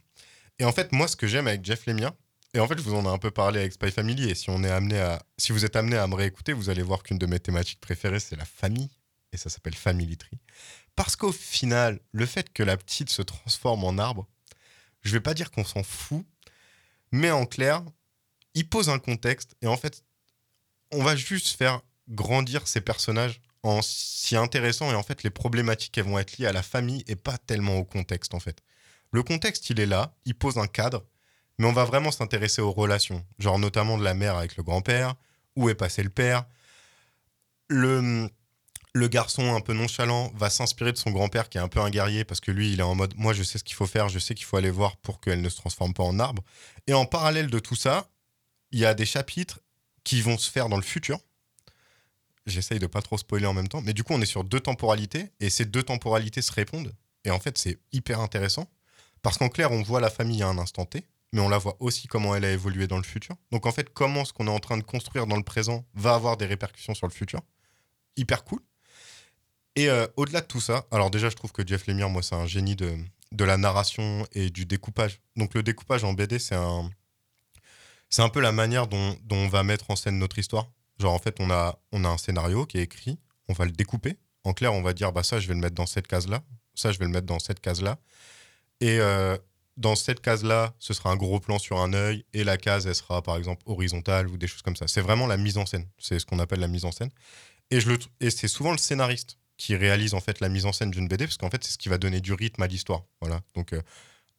[SPEAKER 2] Et en fait, moi, ce que j'aime avec Jeff Lemire, et en fait, je vous en ai un peu parlé avec Spy Family, et si, on est amené à, si vous êtes amené à me réécouter, vous allez voir qu'une de mes thématiques préférées, c'est la famille, et ça s'appelle Family Tree. Parce qu'au final, le fait que la petite se transforme en arbre, je vais pas dire qu'on s'en fout, mais en clair, il pose un contexte, et en fait, on va juste faire grandir ces personnages en s'y intéressant et en fait les problématiques elles vont être liées à la famille et pas tellement au contexte en fait. Le contexte il est là, il pose un cadre, mais on va vraiment s'intéresser aux relations, genre notamment de la mère avec le grand-père, où est passé le père. Le, le garçon un peu nonchalant va s'inspirer de son grand-père qui est un peu un guerrier parce que lui il est en mode moi je sais ce qu'il faut faire, je sais qu'il faut aller voir pour qu'elle ne se transforme pas en arbre. Et en parallèle de tout ça, il y a des chapitres qui vont se faire dans le futur j'essaye de pas trop spoiler en même temps, mais du coup on est sur deux temporalités et ces deux temporalités se répondent et en fait c'est hyper intéressant parce qu'en clair on voit la famille à un instant T, mais on la voit aussi comment elle a évolué dans le futur. Donc en fait comment ce qu'on est en train de construire dans le présent va avoir des répercussions sur le futur, hyper cool. Et euh, au-delà de tout ça, alors déjà je trouve que Jeff Lemire moi c'est un génie de de la narration et du découpage. Donc le découpage en BD c'est un c'est un peu la manière dont, dont on va mettre en scène notre histoire. Genre, en fait, on a, on a un scénario qui est écrit, on va le découper. En clair, on va dire, bah ça, je vais le mettre dans cette case-là, ça, je vais le mettre dans cette case-là. Et euh, dans cette case-là, ce sera un gros plan sur un œil et la case, elle sera par exemple horizontale ou des choses comme ça. C'est vraiment la mise en scène. C'est ce qu'on appelle la mise en scène. Et, je le tr- et c'est souvent le scénariste qui réalise en fait la mise en scène d'une BD parce qu'en fait, c'est ce qui va donner du rythme à l'histoire. Voilà. Donc, euh,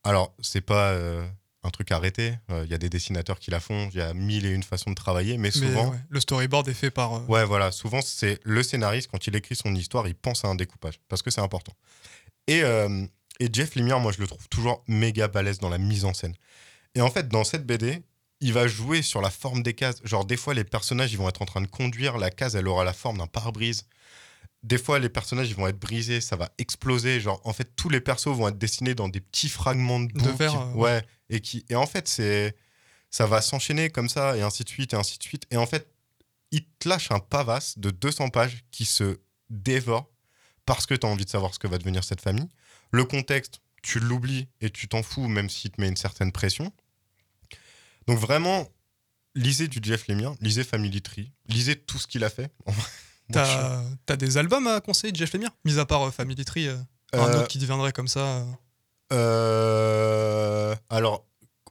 [SPEAKER 2] alors, c'est pas euh, un truc arrêté. Euh, Il y a des dessinateurs qui la font. Il y a mille et une façons de travailler, mais
[SPEAKER 1] Mais,
[SPEAKER 2] souvent,
[SPEAKER 1] ouais, le storyboard est fait par. euh,
[SPEAKER 2] Ouais, voilà. Souvent, c'est le scénariste, quand il écrit son histoire, il pense à un découpage, parce que c'est important. Et, euh, et Jeff Lemire, moi, je le trouve toujours méga balèze dans la mise en scène. Et en fait, dans cette BD, il va jouer sur la forme des cases. Genre, des fois, les personnages, ils vont être en train de conduire. La case, elle aura la forme d'un pare-brise. Des fois, les personnages, ils vont être brisés. Ça va exploser. Genre, en fait, tous les persos vont être dessinés dans des petits fragments de boue. qui-
[SPEAKER 1] verre, euh,
[SPEAKER 2] ouais. Et, qui, et en fait, c'est ça va s'enchaîner comme ça, et ainsi de suite, et ainsi de suite. Et en fait, il te lâche un pavasse de 200 pages qui se dévore parce que tu as envie de savoir ce que va devenir cette famille. Le contexte, tu l'oublies et tu t'en fous, même s'il te met une certaine pression. Donc vraiment, lisez du Jeff Lemire, lisez Family Tree, lisez tout ce qu'il a fait. *laughs* Moi, je suis-
[SPEAKER 1] T'as t'as des albums à conseiller de Jeff Lemire Mis à part euh, Family Tree, euh, un
[SPEAKER 2] Euh,
[SPEAKER 1] autre qui deviendrait comme ça. euh.
[SPEAKER 2] euh, alors,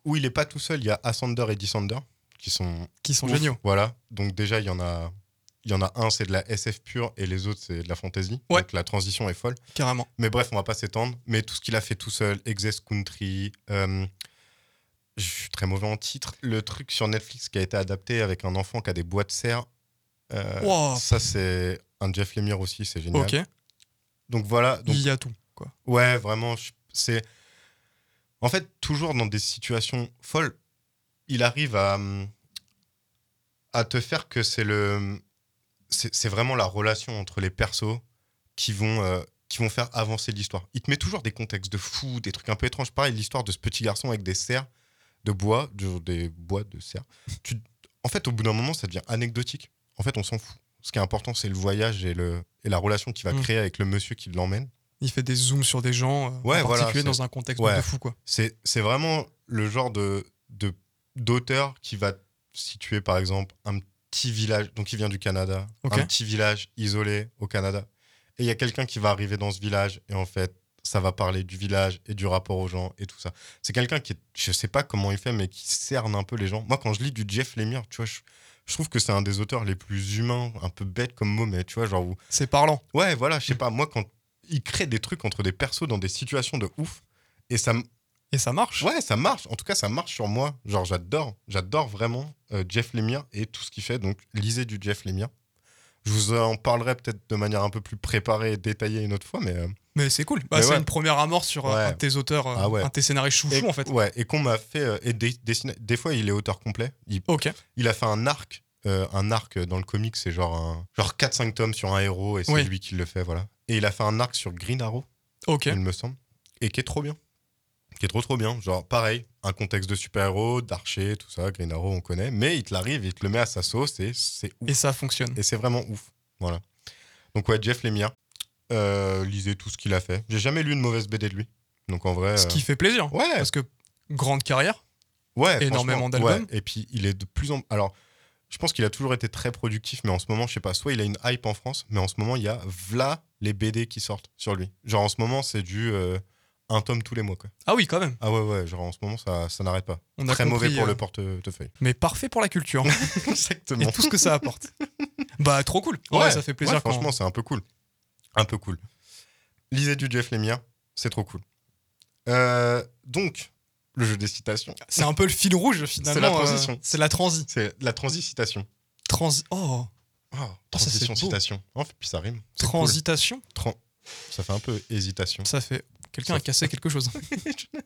[SPEAKER 2] où il n'est pas tout seul, il y a Ascender et Dissender qui sont
[SPEAKER 1] qui sont
[SPEAKER 2] Ouf,
[SPEAKER 1] géniaux.
[SPEAKER 2] Voilà. Donc déjà, il y en a, il y en a un, c'est de la SF pure, et les autres, c'est de la fantasy.
[SPEAKER 1] Ouais.
[SPEAKER 2] Donc la transition est folle.
[SPEAKER 1] Carrément.
[SPEAKER 2] Mais bref, on va pas s'étendre. Mais tout ce qu'il a fait tout seul, Exes Country. euh, je suis très mauvais en titre. Le truc sur Netflix qui a été adapté avec un enfant qui a des bois de serre. euh,
[SPEAKER 1] Wow.
[SPEAKER 2] Ça, c'est un Jeff Lemire aussi, c'est génial.
[SPEAKER 1] Ok.
[SPEAKER 2] Donc voilà. Donc
[SPEAKER 1] Il y a tout. Quoi.
[SPEAKER 2] Ouais, vraiment, je- c'est. En fait, toujours dans des situations folles, il arrive à, hum, à te faire que c'est le. hum, C'est c'est vraiment la relation entre les persos qui vont, euh, qui vont faire avancer l'histoire. Il te met toujours des contextes de fou, des trucs un peu étranges. Pareil, l'histoire de ce petit garçon avec des serres de bois, de- des bois de serre. Tu- En fait, au bout d'un moment, ça devient anecdotique. En fait, on s'en fout. Ce qui est important, c'est le voyage et, le, et la relation qu'il va
[SPEAKER 1] Mm.
[SPEAKER 2] créer avec le monsieur qui l'emmène.
[SPEAKER 1] Il fait des zooms sur des gens, euh,
[SPEAKER 2] Ouais,
[SPEAKER 1] en
[SPEAKER 2] voilà,
[SPEAKER 1] particulier
[SPEAKER 2] c'est-
[SPEAKER 1] dans un contexte
[SPEAKER 2] ouais.
[SPEAKER 1] de fou. Quoi.
[SPEAKER 2] C'est c'est vraiment le genre de de- d'auteur qui va situer, par exemple, un petit village. Donc, il vient du Canada.
[SPEAKER 1] Ok.
[SPEAKER 2] Un petit village isolé au Canada. Et il y a quelqu'un qui va arriver dans ce village. Et en fait, ça va parler du village et du rapport aux gens et tout ça. C'est quelqu'un qui, est- je sais pas comment il fait, mais qui cerne un peu les gens. Moi, quand je lis du Jeff Lemire, tu vois, je, je trouve que c'est un des auteurs les plus humains, un peu bête comme mot, mais tu vois, genre où
[SPEAKER 1] C'est parlant.
[SPEAKER 2] Ouais, voilà, je sais pas. Moi, quand il crée des trucs entre des persos dans des situations de ouf, et ça, me-
[SPEAKER 1] Et ça marche.
[SPEAKER 2] Ouais, ça marche. En tout cas, ça marche sur moi. Genre, j'adore. J'adore vraiment euh, Jeff Lemire et tout ce qu'il fait. Donc, lisez du Jeff Lemire. Je vous en parlerai peut-être de manière un peu plus préparée et détaillée une autre fois, mais euh,
[SPEAKER 1] Mais c'est cool. Bah,
[SPEAKER 2] Mais
[SPEAKER 1] c'est
[SPEAKER 2] ouais.
[SPEAKER 1] une première amorce sur euh,
[SPEAKER 2] Ouais.
[SPEAKER 1] un de tes auteurs, euh,
[SPEAKER 2] Ah ouais.
[SPEAKER 1] un de tes scénaristes chouchou
[SPEAKER 2] et-
[SPEAKER 1] en fait.
[SPEAKER 2] ouais, et qu'on m'a fait euh, et dé- dessiner- Des fois, il est auteur complet. Il,
[SPEAKER 1] Ok.
[SPEAKER 2] il a fait un arc, euh, un arc dans le comic, c'est genre un- genre 4-5 tomes sur un héros et c'est
[SPEAKER 1] Oui.
[SPEAKER 2] lui qui le fait, voilà. Et il a fait un arc sur Green Arrow.
[SPEAKER 1] Ok.
[SPEAKER 2] il me semble, et qui est trop bien. Qui est trop trop bien. Genre, pareil, un contexte de super-héros, d'archer, tout ça, Green Arrow, on connaît, mais il te l'arrive, il te le met à sa sauce et c'est ouf.
[SPEAKER 1] Et ça fonctionne.
[SPEAKER 2] Et c'est vraiment ouf. Voilà. Donc, ouais, Jeff Lemire, euh, lisez tout ce qu'il a fait. J'ai jamais lu une mauvaise BD de lui. Donc, en vrai.
[SPEAKER 1] Ce
[SPEAKER 2] euh,
[SPEAKER 1] qui fait plaisir. hein.
[SPEAKER 2] Ouais,
[SPEAKER 1] Parce que grande carrière.
[SPEAKER 2] ouais,
[SPEAKER 1] énormément
[SPEAKER 2] franchement,
[SPEAKER 1] d'albums.
[SPEAKER 2] ouais. Et puis, il est de plus en. Alors, je pense qu'il a toujours été très productif, mais en ce moment, je sais pas, soit il a une hype en France, mais en ce moment, il y a v'là les BD qui sortent sur lui. Genre, en ce moment, c'est du. euh, un tome tous les mois, quoi.
[SPEAKER 1] Ah oui, quand même.
[SPEAKER 2] Ah ouais, ouais, genre en ce moment, ça, ça n'arrête pas.
[SPEAKER 1] On a
[SPEAKER 2] Très
[SPEAKER 1] compris,
[SPEAKER 2] mauvais pour
[SPEAKER 1] euh,
[SPEAKER 2] le
[SPEAKER 1] *laughs*
[SPEAKER 2] portefeuille.
[SPEAKER 1] Mais parfait pour la culture hein, et
[SPEAKER 2] Exactement.
[SPEAKER 1] tout ce que ça
[SPEAKER 2] *laughs*
[SPEAKER 1] apporte. bah trop cool. Ouais, ça fait plaisir.
[SPEAKER 2] ouais,
[SPEAKER 1] quand-
[SPEAKER 2] franchement, c'est un peu cool. Un peu cool. Lisez du Jeff Lemire, c'est trop cool. Euh, donc, le jeu des citations,
[SPEAKER 1] C'est un peu le fil rouge finalement.
[SPEAKER 2] C'est la
[SPEAKER 1] euh,
[SPEAKER 2] transition.
[SPEAKER 1] c'est la transi.
[SPEAKER 2] c'est la transitation.
[SPEAKER 1] Transi. Oh.
[SPEAKER 2] transition,
[SPEAKER 1] c'est beau.
[SPEAKER 2] citation. Oh, puis ça rime. C'est cool.
[SPEAKER 1] Transitation.
[SPEAKER 2] Tran- Ça fait un peu
[SPEAKER 1] *laughs*
[SPEAKER 2] hésitation.
[SPEAKER 1] Ça fait. Quelqu'un
[SPEAKER 2] Ça
[SPEAKER 1] a cassé quelque
[SPEAKER 2] *laughs*
[SPEAKER 1] chose.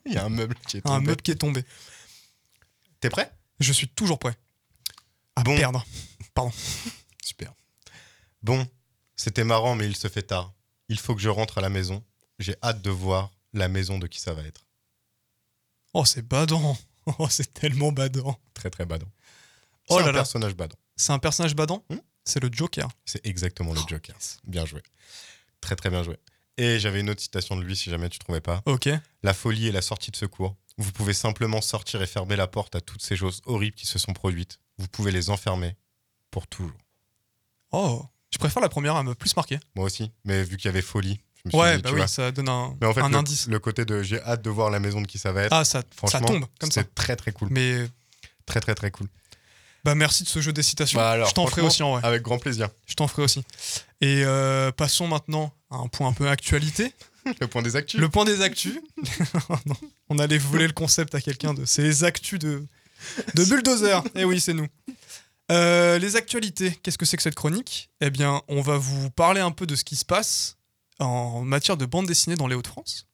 [SPEAKER 2] Il y a un meuble qui est
[SPEAKER 1] un
[SPEAKER 2] tombé.
[SPEAKER 1] meuble qui est tombé.
[SPEAKER 2] T'es prêt
[SPEAKER 1] Je suis toujours prêt. À
[SPEAKER 2] Bon.
[SPEAKER 1] perdre.
[SPEAKER 2] Super. Bon, c'était marrant, mais il se fait tard. Il faut que je rentre à la maison. J'ai hâte de voir la maison de qui ça va être.
[SPEAKER 1] Oh, c'est badant. *laughs* Oh, c'est tellement badant.
[SPEAKER 2] Très, très badant.
[SPEAKER 1] Oh là
[SPEAKER 2] c'est un
[SPEAKER 1] là.
[SPEAKER 2] personnage badant.
[SPEAKER 1] C'est un personnage badant
[SPEAKER 2] Hmm
[SPEAKER 1] C'est le Joker.
[SPEAKER 2] C'est exactement le
[SPEAKER 1] Oh,
[SPEAKER 2] Joker.
[SPEAKER 1] yes.
[SPEAKER 2] Bien joué. Très très bien joué. Et j'avais une autre citation de lui si jamais tu trouvais pas.
[SPEAKER 1] Ok.
[SPEAKER 2] La folie est la sortie de secours. Vous pouvez simplement sortir et fermer la porte à toutes ces choses horribles qui se sont produites. Vous pouvez les enfermer pour toujours.
[SPEAKER 1] Oh. Je préfère la première, elle m'a plus marqué.
[SPEAKER 2] Moi aussi, mais vu qu'il y avait folie, Je me suis
[SPEAKER 1] Ouais,
[SPEAKER 2] dit,
[SPEAKER 1] bah
[SPEAKER 2] tu
[SPEAKER 1] oui,
[SPEAKER 2] vois.
[SPEAKER 1] ça donne un,
[SPEAKER 2] Mais en fait,
[SPEAKER 1] un
[SPEAKER 2] le,
[SPEAKER 1] indice.
[SPEAKER 2] le côté de j'ai hâte de voir la maison de qui ça va être,
[SPEAKER 1] Ah, ça, ça
[SPEAKER 2] franchement,
[SPEAKER 1] tombe comme ça.
[SPEAKER 2] c'est très très cool.
[SPEAKER 1] Mais
[SPEAKER 2] Très très très cool.
[SPEAKER 1] bah merci de ce jeu des citations.
[SPEAKER 2] Bah alors, ah.
[SPEAKER 1] je t'en ferai aussi en vrai.
[SPEAKER 2] Avec grand plaisir.
[SPEAKER 1] Je t'en ferai aussi. Et euh, passons maintenant à un point un peu actualité.
[SPEAKER 2] Le point des actus.
[SPEAKER 1] Le point des actus. *laughs* Non, on allait voler le concept à quelqu'un de. C'est les actus de, de Bulldozer. Eh oui, c'est nous. Euh, les actualités. Qu'est-ce que c'est que cette chronique Eh bien, on va vous parler un peu de ce qui se passe en matière de bande dessinée dans les Hauts-de-France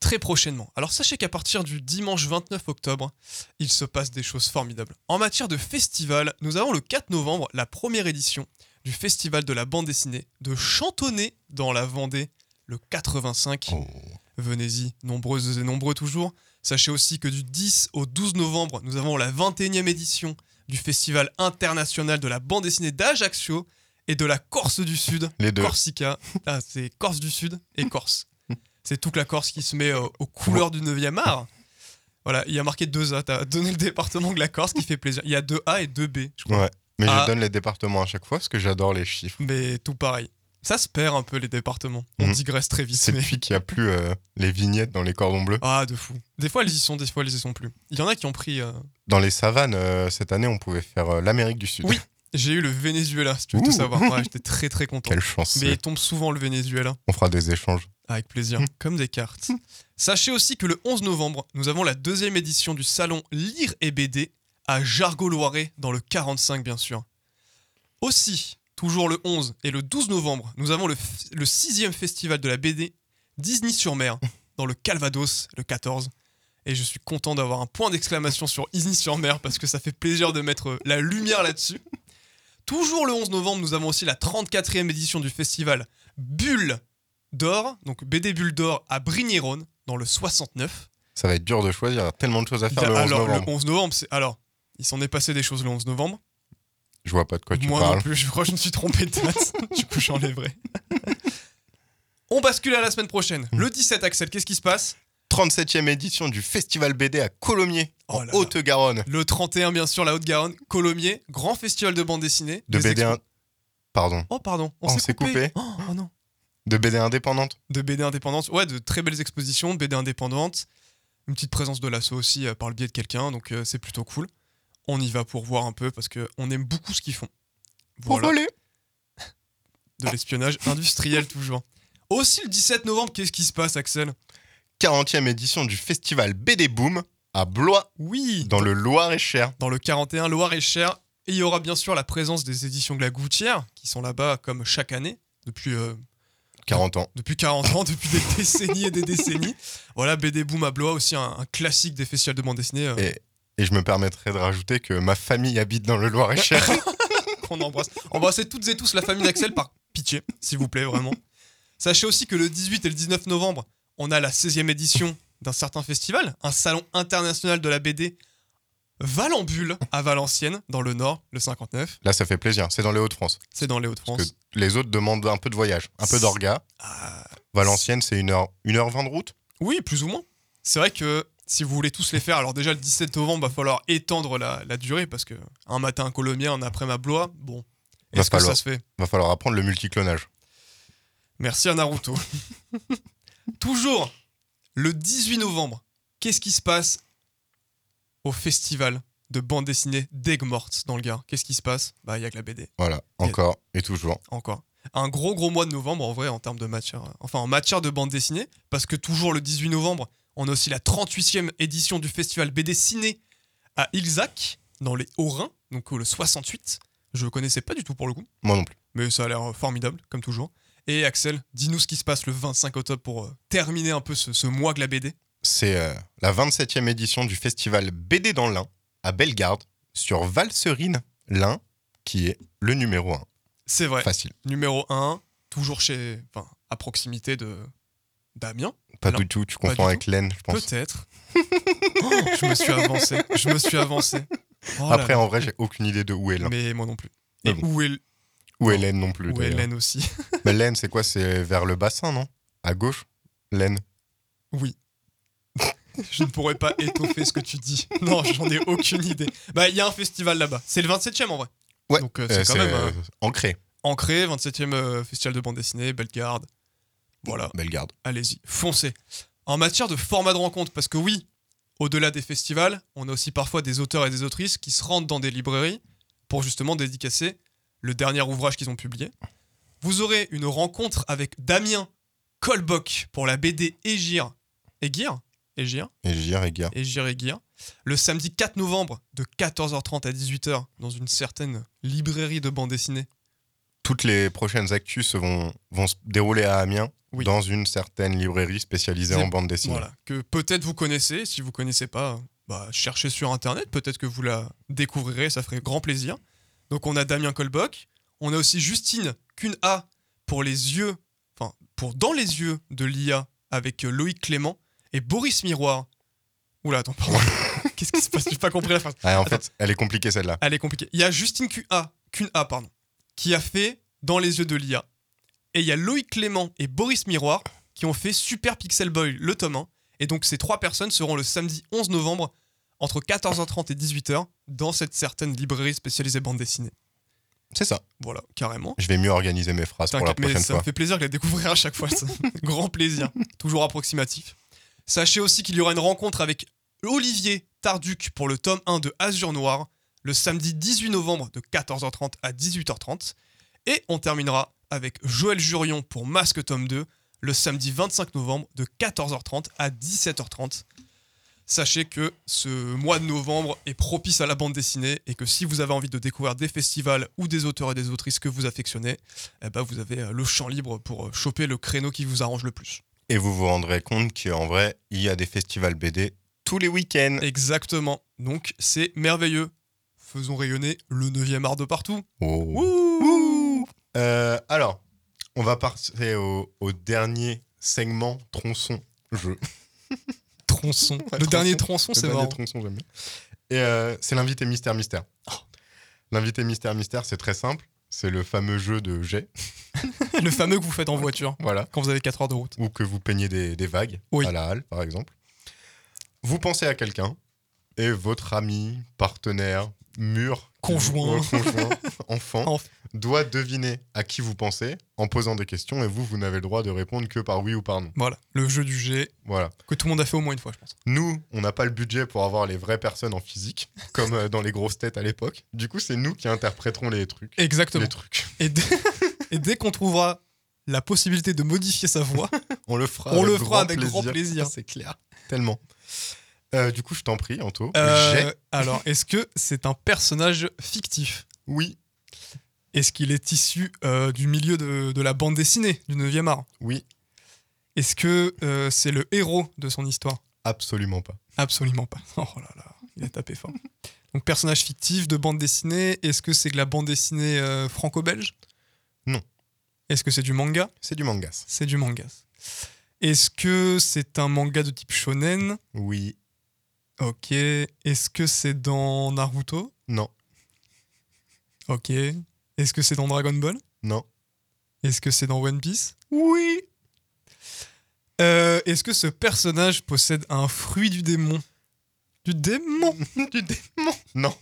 [SPEAKER 1] très prochainement. Alors sachez qu'à partir du dimanche 29 octobre, il se passe des choses formidables. En matière de festival, nous avons le 4 novembre la première édition du festival de la bande dessinée de Chantonnay dans la Vendée, le 85.
[SPEAKER 2] Oh.
[SPEAKER 1] Venez-y, nombreuses et nombreux toujours. Sachez aussi que du 10 au 12 novembre, nous avons la 21e édition du Festival international de la bande dessinée d'Ajaccio et de la Corse du Sud,
[SPEAKER 2] Les deux. *laughs*
[SPEAKER 1] Corsica. Ah, c'est Corse du Sud et Corse. C'est toute la Corse qui se met euh, aux couleurs du 9e art. Voilà, il y a marqué 2A. T'as donné le département de la Corse qui fait plaisir. Il y a 2A et 2B, je crois.
[SPEAKER 2] Ouais. Mais
[SPEAKER 1] Ah.
[SPEAKER 2] je donne les départements à chaque fois parce que j'adore les chiffres.
[SPEAKER 1] Mais tout pareil. Ça se perd un peu les départements. On
[SPEAKER 2] Mhm.
[SPEAKER 1] digresse très vite.
[SPEAKER 2] C'est
[SPEAKER 1] mais-
[SPEAKER 2] depuis qu'il n'y a plus euh, les vignettes dans les cordons bleus.
[SPEAKER 1] Ah, de fou. Des fois, elles y sont, des fois, elles y sont plus. Il y en a qui ont pris. euh,
[SPEAKER 2] Dans les savanes, euh, cette année, on pouvait faire euh, l'Amérique du Sud.
[SPEAKER 1] Oui. J'ai eu le Venezuela, si tu veux tout
[SPEAKER 2] Ouh.
[SPEAKER 1] savoir. Ouais, j'étais très très content.
[SPEAKER 2] *laughs* Quelle chance.
[SPEAKER 1] Mais il tombe souvent le Venezuela,
[SPEAKER 2] On fera des échanges.
[SPEAKER 1] avec plaisir,
[SPEAKER 2] Mm.
[SPEAKER 1] comme des cartes. Sachez aussi que le 11 novembre, nous avons la deuxième édition du salon Lire et BD à Jargot-Loiret, dans le 45 bien sûr. Aussi, toujours le 11 et le 12 novembre, nous avons le, f- le sixième festival de la BD Disney-sur-Mer, dans le Calvados, le 14. Et je suis content d'avoir un point d'exclamation sur Disney-sur-Mer parce que ça fait plaisir de mettre euh, la lumière là-dessus. Toujours le 11 novembre, nous avons aussi la 34e édition du festival Bulle d'or, donc BD Bulle d'or à Brignerone, dans le 69.
[SPEAKER 2] Ça va être dur de choisir. Il y a tellement de choses à faire
[SPEAKER 1] Il a-
[SPEAKER 2] le 11
[SPEAKER 1] Bah, alors,
[SPEAKER 2] novembre.
[SPEAKER 1] le 11 novembre, c'est. Alors, il s'en est passé des choses le 11 novembre.
[SPEAKER 2] Je vois pas de quoi Bah, tu
[SPEAKER 1] Moi non
[SPEAKER 2] parles.
[SPEAKER 1] plus, je crois que je me suis trompé de
[SPEAKER 2] *laughs*
[SPEAKER 1] date. du coup, j'enlèverai. On bascule à la semaine prochaine.
[SPEAKER 2] Hmm.
[SPEAKER 1] Le 17, Axel, qu'est-ce qui se passe
[SPEAKER 2] 37e édition du Festival BD à Colomiers,
[SPEAKER 1] Oh
[SPEAKER 2] en
[SPEAKER 1] là là.
[SPEAKER 2] Haute-Garonne.
[SPEAKER 1] Le 31, bien sûr, la Haute-Garonne, Colomiers, grand festival de bande dessinée.
[SPEAKER 2] De
[SPEAKER 1] des
[SPEAKER 2] BD.
[SPEAKER 1] expos-
[SPEAKER 2] in- Pardon.
[SPEAKER 1] Oh, pardon, on,
[SPEAKER 2] On
[SPEAKER 1] s'est
[SPEAKER 2] s'est
[SPEAKER 1] coupé.
[SPEAKER 2] coupé.
[SPEAKER 1] Oh, oh non.
[SPEAKER 2] De BD indépendante.
[SPEAKER 1] de BD indépendantes. Ouais, de très belles expositions, BD indépendantes. Une petite présence de l'assaut aussi euh, par le biais de quelqu'un, donc euh, c'est plutôt cool. On y va pour voir un peu parce qu'on aime beaucoup ce qu'ils font.
[SPEAKER 2] Pour
[SPEAKER 1] Voilà,
[SPEAKER 2] voler.
[SPEAKER 1] de l'espionnage industriel toujours. Aussi le 17 novembre, qu'est-ce qui se passe, Axel
[SPEAKER 2] 40e édition du Festival BD Boom à Blois,
[SPEAKER 1] Oui
[SPEAKER 2] dans le Loir-et-Cher.
[SPEAKER 1] Dans le 41, Loire-et-Cher. Et il y aura bien sûr la présence des éditions de la Gouttière, qui sont là-bas comme chaque année, depuis euh,
[SPEAKER 2] 40 ans.
[SPEAKER 1] depuis 40 ans, *laughs* depuis des décennies et des décennies. Voilà, BD Boom à Blois, aussi un, un classique des festivals de bande dessinée. euh,
[SPEAKER 2] Et, et je me permettrai de rajouter que ma famille habite dans le Loir-et-Cher.
[SPEAKER 1] *laughs* qu'on embrasse. Embrassez toutes et tous la famille d'Axel par pitié, s'il vous plaît, vraiment. Sachez aussi que le 18 et le 19 novembre, on a la 16e édition d'un certain festival, un salon international de la BD Valambule à Valenciennes, dans le Nord, le 59.
[SPEAKER 2] Là, ça fait plaisir. C'est dans les Hauts-de-France.
[SPEAKER 1] C'est dans les
[SPEAKER 2] Parce
[SPEAKER 1] Hauts-de-France.
[SPEAKER 2] que les autres demandent un peu de voyage, un peu
[SPEAKER 1] C'est-
[SPEAKER 2] d'orga.
[SPEAKER 1] Ah,
[SPEAKER 2] Valenciennes, c'est 1h20 de route.
[SPEAKER 1] oui, plus ou moins. C'est vrai que si vous voulez tous les faire, alors déjà le 17 novembre, va falloir étendre la, la durée parce que un matin à Colomiers, un après-midi à Blois, bon,
[SPEAKER 2] Va
[SPEAKER 1] est-ce que ça
[SPEAKER 2] falloir.
[SPEAKER 1] se fait
[SPEAKER 2] Va falloir apprendre le multiclonage.
[SPEAKER 1] Merci à Naruto. *laughs* Toujours le 18 novembre, qu'est-ce qui se passe au festival de bande dessinée d'Aigues Mortes dans le Gard Qu'est-ce qui se passe Bah, il y a que la BD,
[SPEAKER 2] Voilà, encore et toujours.
[SPEAKER 1] encore. Un gros, gros mois de novembre en vrai, en termes de matière. euh, Enfin, en matière de bande dessinée, parce que toujours le 18 novembre, on a aussi la 38e édition du festival BD Ciné à Ilzac, dans les Hauts-Rhin, donc euh, le 68. Je le connaissais pas du tout pour le coup
[SPEAKER 2] Moi non plus.
[SPEAKER 1] mais ça a l'air euh, formidable, comme toujours. Et Axel, dis-nous ce qui se passe le 25 octobre pour euh, terminer un peu ce, ce mois de la BD.
[SPEAKER 2] C'est euh, la 27e édition du festival BD dans l'Ain, à Bellegarde, sur Valserine, l'Ain, qui est le numéro 1.
[SPEAKER 1] C'est vrai.
[SPEAKER 2] Facile.
[SPEAKER 1] Numéro 1, toujours chez. Enfin, à proximité de. Damien,
[SPEAKER 2] Pas
[SPEAKER 1] L'Ain.
[SPEAKER 2] du tout, tu
[SPEAKER 1] Pas
[SPEAKER 2] confonds
[SPEAKER 1] du
[SPEAKER 2] avec l'Aisne, je pense.
[SPEAKER 1] peut-être. Oh, je me suis avancé. Je me suis avancé. Oh là
[SPEAKER 2] Après,
[SPEAKER 1] là.
[SPEAKER 2] en vrai, j'ai aucune idée de où est l'Ain.
[SPEAKER 1] Mais moi non plus.
[SPEAKER 2] Mais
[SPEAKER 1] Et
[SPEAKER 2] bon.
[SPEAKER 1] où est, l-
[SPEAKER 2] Où est l'Aisne non plus.
[SPEAKER 1] où est
[SPEAKER 2] d'ailleurs.
[SPEAKER 1] Hélène aussi *laughs*
[SPEAKER 2] Mais l'Aisne, Bah, c'est quoi C'est vers le bassin, non À gauche L'Aisne.
[SPEAKER 1] Oui. Je ne pourrais pas étoffer ce que tu dis. Non, j'en ai aucune idée. Bah, il y a un festival là-bas. C'est le 27 e en vrai.
[SPEAKER 2] Ouais.
[SPEAKER 1] Donc, euh, c'est
[SPEAKER 2] Euh,
[SPEAKER 1] quand
[SPEAKER 2] c'est,
[SPEAKER 1] même. euh,
[SPEAKER 2] euh, ancré.
[SPEAKER 1] Ancré, 27e euh, festival de bande dessinée, Bellegarde. Voilà,
[SPEAKER 4] Belle garde.
[SPEAKER 1] allez-y, foncez. En matière de format de rencontre, parce que oui, au-delà des festivals, on a aussi parfois des auteurs et des autrices qui se rendent dans des librairies pour justement dédicacer le dernier ouvrage qu'ils ont publié. Vous aurez une rencontre avec Damien Kolbok pour la BD Égir. Égir Égir
[SPEAKER 2] Et Gire et Gare.
[SPEAKER 1] et J'irai Guillin, le samedi 4 novembre de 14h30 à 18h dans une certaine librairie de bande dessinée.
[SPEAKER 2] Toutes les prochaines actus se vont, vont se dérouler à Amiens,
[SPEAKER 1] Oui.
[SPEAKER 2] dans une certaine librairie spécialisée
[SPEAKER 1] C'est-
[SPEAKER 2] en bande dessinée.
[SPEAKER 1] Voilà, que peut-être vous connaissez, si vous connaissez pas, bah, cherchez sur internet, peut-être que vous la découvrirez, ça ferait grand plaisir. Donc on a Damien Kolbach, on a aussi Justine Cunha pour les yeux, enfin pour dans les yeux de l'IA avec euh, Loïc Clément et Boris Miroir. Oula, attends, pardon. Qu'est-ce qui se passe J'ai pas compris la phrase.
[SPEAKER 2] Ah, en
[SPEAKER 1] Attends.
[SPEAKER 2] fait, elle est compliquée celle-là.
[SPEAKER 1] Elle est compliquée. Il y a Justine Q.A. Q.A. pardon, qui a fait Dans les yeux de l'IA. Et il y a Loïc Clément et Boris Miroir qui ont fait Super Pixel Boy, le tome 1. Et donc ces trois personnes seront le samedi 11 novembre entre 14h30 et 18h dans cette certaine librairie spécialisée bande dessinée.
[SPEAKER 2] C'est ça.
[SPEAKER 1] Voilà, carrément.
[SPEAKER 2] Je vais mieux organiser mes phrases pour la
[SPEAKER 1] T'inquiète, mais
[SPEAKER 2] prochaine
[SPEAKER 1] ça me
[SPEAKER 2] fois.
[SPEAKER 1] fait plaisir de les découvrir à chaque fois.
[SPEAKER 2] *laughs*
[SPEAKER 1] ça. Grand plaisir. Toujours approximatif. Sachez aussi qu'il y aura une rencontre avec Olivier Tarduc pour le tome 1 de Azur Noir le samedi 18 novembre de 14h30 à 18h30. Et on terminera avec Joël Jurion pour Masque tome 2 le samedi 25 novembre de 14h30 à 17h30. Sachez que ce mois de novembre est propice à la bande dessinée et que si vous avez envie de découvrir des festivals ou des auteurs et des autrices que vous affectionnez, eh ben, vous avez euh, le champ libre pour euh, choper le créneau qui vous arrange le plus.
[SPEAKER 2] Et vous vous rendrez compte qu'en vrai, il y a des festivals BD tous les week-ends.
[SPEAKER 1] Exactement. Donc, c'est merveilleux. Faisons rayonner le 9e art de partout.
[SPEAKER 2] Oh.
[SPEAKER 1] Wouh
[SPEAKER 2] Euh, alors, on va passer au, au dernier segment tronçon jeu.
[SPEAKER 1] Tronçon. le
[SPEAKER 2] tronçon.
[SPEAKER 1] dernier tronçon,
[SPEAKER 2] Le
[SPEAKER 1] c'est
[SPEAKER 2] dernier
[SPEAKER 1] marrant.
[SPEAKER 2] tronçon, j'aime bien. Et euh, c'est l'invité mystère mystère.
[SPEAKER 1] Oh.
[SPEAKER 2] L'invité mystère mystère, c'est très simple. C'est le fameux jeu de jet,
[SPEAKER 1] le fameux que vous faites en voiture
[SPEAKER 2] voilà,
[SPEAKER 1] quand vous avez 4 heures de route.
[SPEAKER 2] ou que vous peignez des, des vagues
[SPEAKER 1] Oui.
[SPEAKER 2] à la halle, par exemple. Vous pensez à quelqu'un et votre ami, partenaire, mur,
[SPEAKER 1] Conjoint.
[SPEAKER 2] euh, conjoint,
[SPEAKER 1] *laughs*
[SPEAKER 2] enfant,
[SPEAKER 1] Enf-
[SPEAKER 2] doit deviner à qui vous pensez en posant des questions et vous, vous n'avez le droit de répondre que par oui ou par non.
[SPEAKER 1] Voilà, le jeu du G
[SPEAKER 2] Voilà.
[SPEAKER 1] que tout le monde a fait au moins une fois, je pense.
[SPEAKER 2] Nous, on n'a pas le budget pour avoir les vraies personnes en physique, *laughs* comme euh, dans les grosses têtes à l'époque. Du coup, c'est nous qui interpréterons les trucs.
[SPEAKER 1] Exactement.
[SPEAKER 2] Les trucs. *laughs*
[SPEAKER 1] Et, dès- *laughs* et dès qu'on trouvera la possibilité de modifier sa
[SPEAKER 2] *laughs*
[SPEAKER 1] voix,
[SPEAKER 2] On le fera.
[SPEAKER 1] on
[SPEAKER 2] avec
[SPEAKER 1] le
[SPEAKER 2] grand
[SPEAKER 1] fera avec grand plaisir.
[SPEAKER 2] C'est clair. Tellement. Euh, du coup, je t'en prie, Anto.
[SPEAKER 1] Euh,
[SPEAKER 2] J'ai-
[SPEAKER 1] alors, est-ce que c'est un personnage fictif
[SPEAKER 2] Oui,
[SPEAKER 1] Est-ce qu'il est issu euh, du milieu de, de la bande dessinée, du 9e art
[SPEAKER 2] oui,
[SPEAKER 1] Est-ce que euh, c'est le héros de son histoire
[SPEAKER 2] absolument pas.
[SPEAKER 1] Absolument pas. *laughs* Oh là là, il a tapé fort. Donc personnage fictif de bande dessinée, est-ce que c'est de la bande dessinée euh, franco-belge
[SPEAKER 2] Non.
[SPEAKER 1] Est-ce que c'est du manga
[SPEAKER 2] C'est du mangas.
[SPEAKER 1] C'est du manga. Est-ce que c'est un manga de type shonen
[SPEAKER 2] Oui,
[SPEAKER 1] Ok. Est-ce que c'est dans Naruto
[SPEAKER 2] non,
[SPEAKER 1] Ok. Est-ce que c'est dans Dragon Ball
[SPEAKER 2] non.
[SPEAKER 1] Est-ce que c'est dans One Piece
[SPEAKER 2] *laughs*
[SPEAKER 1] Oui. Est-ce que ce personnage possède un fruit du démon Du démon
[SPEAKER 2] du démon.
[SPEAKER 1] *laughs*
[SPEAKER 2] Non.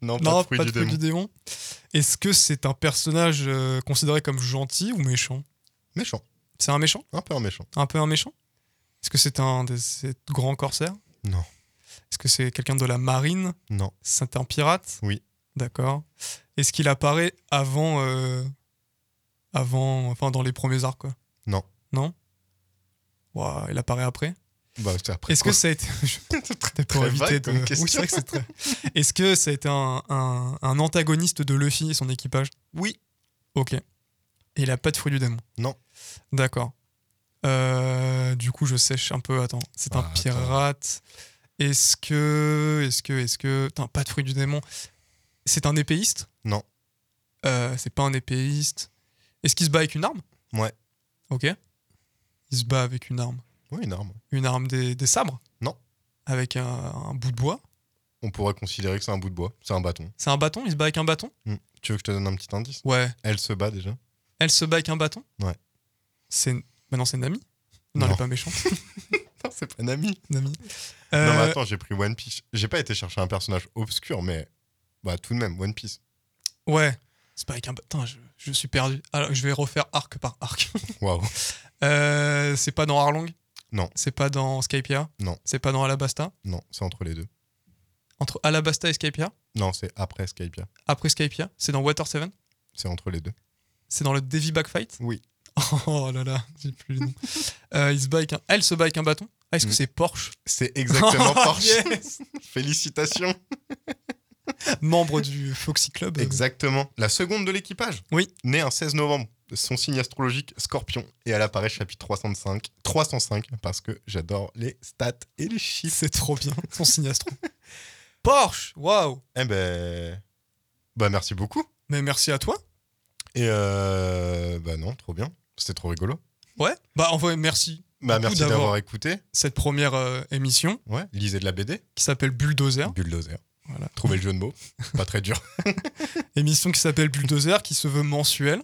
[SPEAKER 2] non, pas
[SPEAKER 1] Non,
[SPEAKER 2] de fruit
[SPEAKER 1] pas
[SPEAKER 2] du
[SPEAKER 1] de fruit
[SPEAKER 2] démon.
[SPEAKER 1] du démon. Est-ce que c'est un personnage euh, considéré comme gentil ou méchant
[SPEAKER 2] Méchant.
[SPEAKER 1] C'est un méchant
[SPEAKER 2] Un peu un méchant.
[SPEAKER 1] Un peu un méchant Est-ce que c'est un des sept grands corsaires
[SPEAKER 2] Non.
[SPEAKER 1] Est-ce que c'est quelqu'un de la marine
[SPEAKER 2] Non.
[SPEAKER 1] C'est un pirate
[SPEAKER 2] Oui.
[SPEAKER 1] D'accord. Est-ce qu'il apparaît avant. euh, avant. Enfin, dans les premiers arcs, quoi
[SPEAKER 2] Non.
[SPEAKER 1] Non Ouah, Il apparaît après
[SPEAKER 2] Bah, c'est après.
[SPEAKER 1] Est-ce que ça a été. *laughs*
[SPEAKER 2] *laughs*
[SPEAKER 1] C'était pour
[SPEAKER 2] très
[SPEAKER 1] éviter
[SPEAKER 2] vague
[SPEAKER 1] de.
[SPEAKER 2] comme question.
[SPEAKER 1] Oui, c'est vrai que c'est
[SPEAKER 2] *laughs*
[SPEAKER 1] très- Est-ce que ça a été un, un- un antagoniste de Luffy et son équipage
[SPEAKER 2] Oui.
[SPEAKER 1] Ok. Et il a pas de fruit du démon
[SPEAKER 2] Non.
[SPEAKER 1] D'accord. Euh, du coup, je sèche un peu. Attends, c'est un
[SPEAKER 2] Ah, attends.
[SPEAKER 1] pirate. Est-ce que. Est-ce que. Est-ce que. Putain, pas de fruit du démon. C'est un épéiste
[SPEAKER 2] Non.
[SPEAKER 1] Euh, c'est pas un épéiste. Est-ce qu'il se bat avec une arme
[SPEAKER 2] Ouais.
[SPEAKER 1] Ok. Il se bat avec une arme.
[SPEAKER 2] Oui, une arme.
[SPEAKER 1] Une arme des, des sabres
[SPEAKER 2] Non.
[SPEAKER 1] Avec un, un bout de bois
[SPEAKER 2] On pourrait considérer que c'est un bout de bois. C'est un bâton.
[SPEAKER 1] C'est un bâton Il se bat avec un bâton
[SPEAKER 2] Tu veux que je te donne un petit indice
[SPEAKER 1] Ouais.
[SPEAKER 2] Elle se bat déjà.
[SPEAKER 1] Elle se bat avec un bâton
[SPEAKER 2] Ouais.
[SPEAKER 1] C'est. Maintenant, c'est Nami Non, elle
[SPEAKER 2] Non.
[SPEAKER 1] est pas méchante,
[SPEAKER 2] Non, c'est pas Nami.
[SPEAKER 1] Nami.
[SPEAKER 2] Non, mais
[SPEAKER 1] Euh,
[SPEAKER 2] attends, j'ai pris One Piece. J'ai pas été chercher un personnage obscur, mais bah tout de même, One Piece.
[SPEAKER 1] ouais. C'est pas avec un. Putain, je, je suis perdu. Alors, je vais refaire arc par arc. *laughs*
[SPEAKER 2] Waouh.
[SPEAKER 1] Euh, c'est pas dans Arlong
[SPEAKER 2] Non.
[SPEAKER 1] C'est pas dans Skypia
[SPEAKER 2] Non.
[SPEAKER 1] C'est pas dans Alabasta
[SPEAKER 2] *laughs* Non, c'est entre les deux.
[SPEAKER 1] Entre Alabasta et Skypia
[SPEAKER 2] Non, c'est après Skypia.
[SPEAKER 1] Après Skypia C'est dans Water 7
[SPEAKER 2] C'est entre les deux.
[SPEAKER 1] C'est dans le Devi Backfight
[SPEAKER 2] Oui.
[SPEAKER 1] *laughs* Oh là là, j'ai plus le nom. Euh, il se bat avec un- Elle se bat avec un bâton Ah, est-ce que
[SPEAKER 2] Mm.
[SPEAKER 1] c'est Porsche
[SPEAKER 2] C'est *laughs* exactement Porsche.
[SPEAKER 1] Yes
[SPEAKER 2] Félicitations.
[SPEAKER 1] Membre du Foxy Club. euh,
[SPEAKER 2] Exactement. La seconde de l'équipage.
[SPEAKER 1] Oui.
[SPEAKER 2] Née un 16 novembre. Son signe astrologique, scorpion. Et elle apparaît chapitre 305. 305, parce que j'adore les stats et les chiffres.
[SPEAKER 1] C'est trop bien, son signastro. *laughs* Porsche Waouh
[SPEAKER 2] Eh ben. Bah, merci beaucoup.
[SPEAKER 1] Mais merci à toi.
[SPEAKER 2] Et euh. Bah, non, trop bien. C'était trop rigolo.
[SPEAKER 1] Ouais. Bah, en vrai, merci.
[SPEAKER 2] Bah,
[SPEAKER 1] Beaucoup
[SPEAKER 2] merci
[SPEAKER 1] d'avoir-
[SPEAKER 2] d'avoir écouté.
[SPEAKER 1] Cette première euh, émission
[SPEAKER 2] Ouais. Lisez de la BD.
[SPEAKER 1] qui s'appelle Bulldozer.
[SPEAKER 2] Bulldozer.
[SPEAKER 1] Voilà.
[SPEAKER 2] Trouvez le jeu
[SPEAKER 1] *laughs*
[SPEAKER 2] de mots. Pas très dur.
[SPEAKER 1] Émission qui s'appelle Bulldozer, qui se veut mensuelle,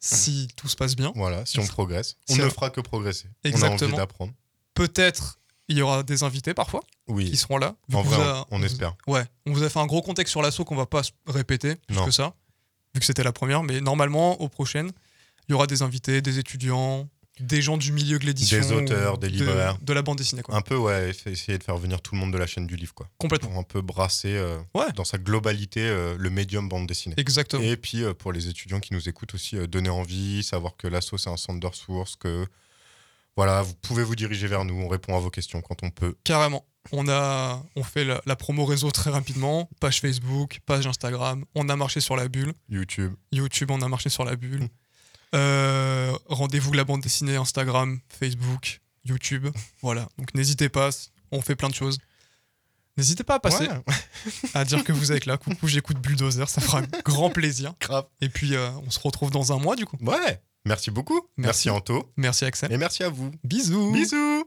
[SPEAKER 1] si tout se passe bien.
[SPEAKER 2] Voilà, si on progresse, on
[SPEAKER 1] C'est
[SPEAKER 2] ne
[SPEAKER 1] vrai.
[SPEAKER 2] fera que progresser. On a
[SPEAKER 1] Exactement.
[SPEAKER 2] envie d'apprendre.
[SPEAKER 1] Peut-être il y aura des invités parfois qui
[SPEAKER 2] Oui,
[SPEAKER 1] seront là. Vu
[SPEAKER 2] en
[SPEAKER 1] que
[SPEAKER 2] vrai,
[SPEAKER 1] vous
[SPEAKER 2] on-
[SPEAKER 1] a-
[SPEAKER 2] on,
[SPEAKER 1] vous-
[SPEAKER 2] espère.
[SPEAKER 1] Ouais, on vous a fait un gros contexte sur l'assaut qu'on va pas se répéter plus
[SPEAKER 2] Non.
[SPEAKER 1] que ça, vu que c'était la première. Mais normalement, aux prochaines, il y aura des invités, des étudiants, des gens du milieu de l'édition,
[SPEAKER 2] Des auteurs, des
[SPEAKER 1] de-
[SPEAKER 2] libraires.
[SPEAKER 1] de, la bande dessinée, quoi.
[SPEAKER 2] Un peu, ouais, eff- essayer de faire venir tout le monde de la chaîne du livre, quoi.
[SPEAKER 1] Complètement.
[SPEAKER 2] Pour un peu brasser euh,
[SPEAKER 1] Ouais.
[SPEAKER 2] dans sa globalité euh, le médium bande dessinée.
[SPEAKER 1] Exactement.
[SPEAKER 2] Et puis euh, pour les étudiants qui nous écoutent aussi, euh, donner envie, savoir que l'asso c'est un centre de ressources, que voilà, vous pouvez vous diriger vers nous, on répond à vos questions quand on peut.
[SPEAKER 1] Carrément. On a, on fait la, la promo réseau très rapidement. Page Facebook, page Instagram. On a marché sur la bulle.
[SPEAKER 2] YouTube,
[SPEAKER 1] YouTube, on a marché sur la bulle.
[SPEAKER 2] Mm.
[SPEAKER 1] Euh, Rendez-vous la bande dessinée, Instagram, Facebook,
[SPEAKER 2] *laughs*
[SPEAKER 1] YouTube. Voilà. Donc n'hésitez pas, on fait plein de choses. N'hésitez pas à passer,
[SPEAKER 2] Ouais,
[SPEAKER 1] *laughs* à dire que vous êtes là. Coucou, j'écoute Bulldozer, ça fera grand plaisir.
[SPEAKER 2] grave.
[SPEAKER 1] Et puis euh, on se retrouve dans un mois du coup.
[SPEAKER 2] Ouais, merci beaucoup.
[SPEAKER 1] Merci.
[SPEAKER 2] merci Anto.
[SPEAKER 1] Merci Axel.
[SPEAKER 2] Et merci à vous.
[SPEAKER 1] Bisous.
[SPEAKER 2] Bisous.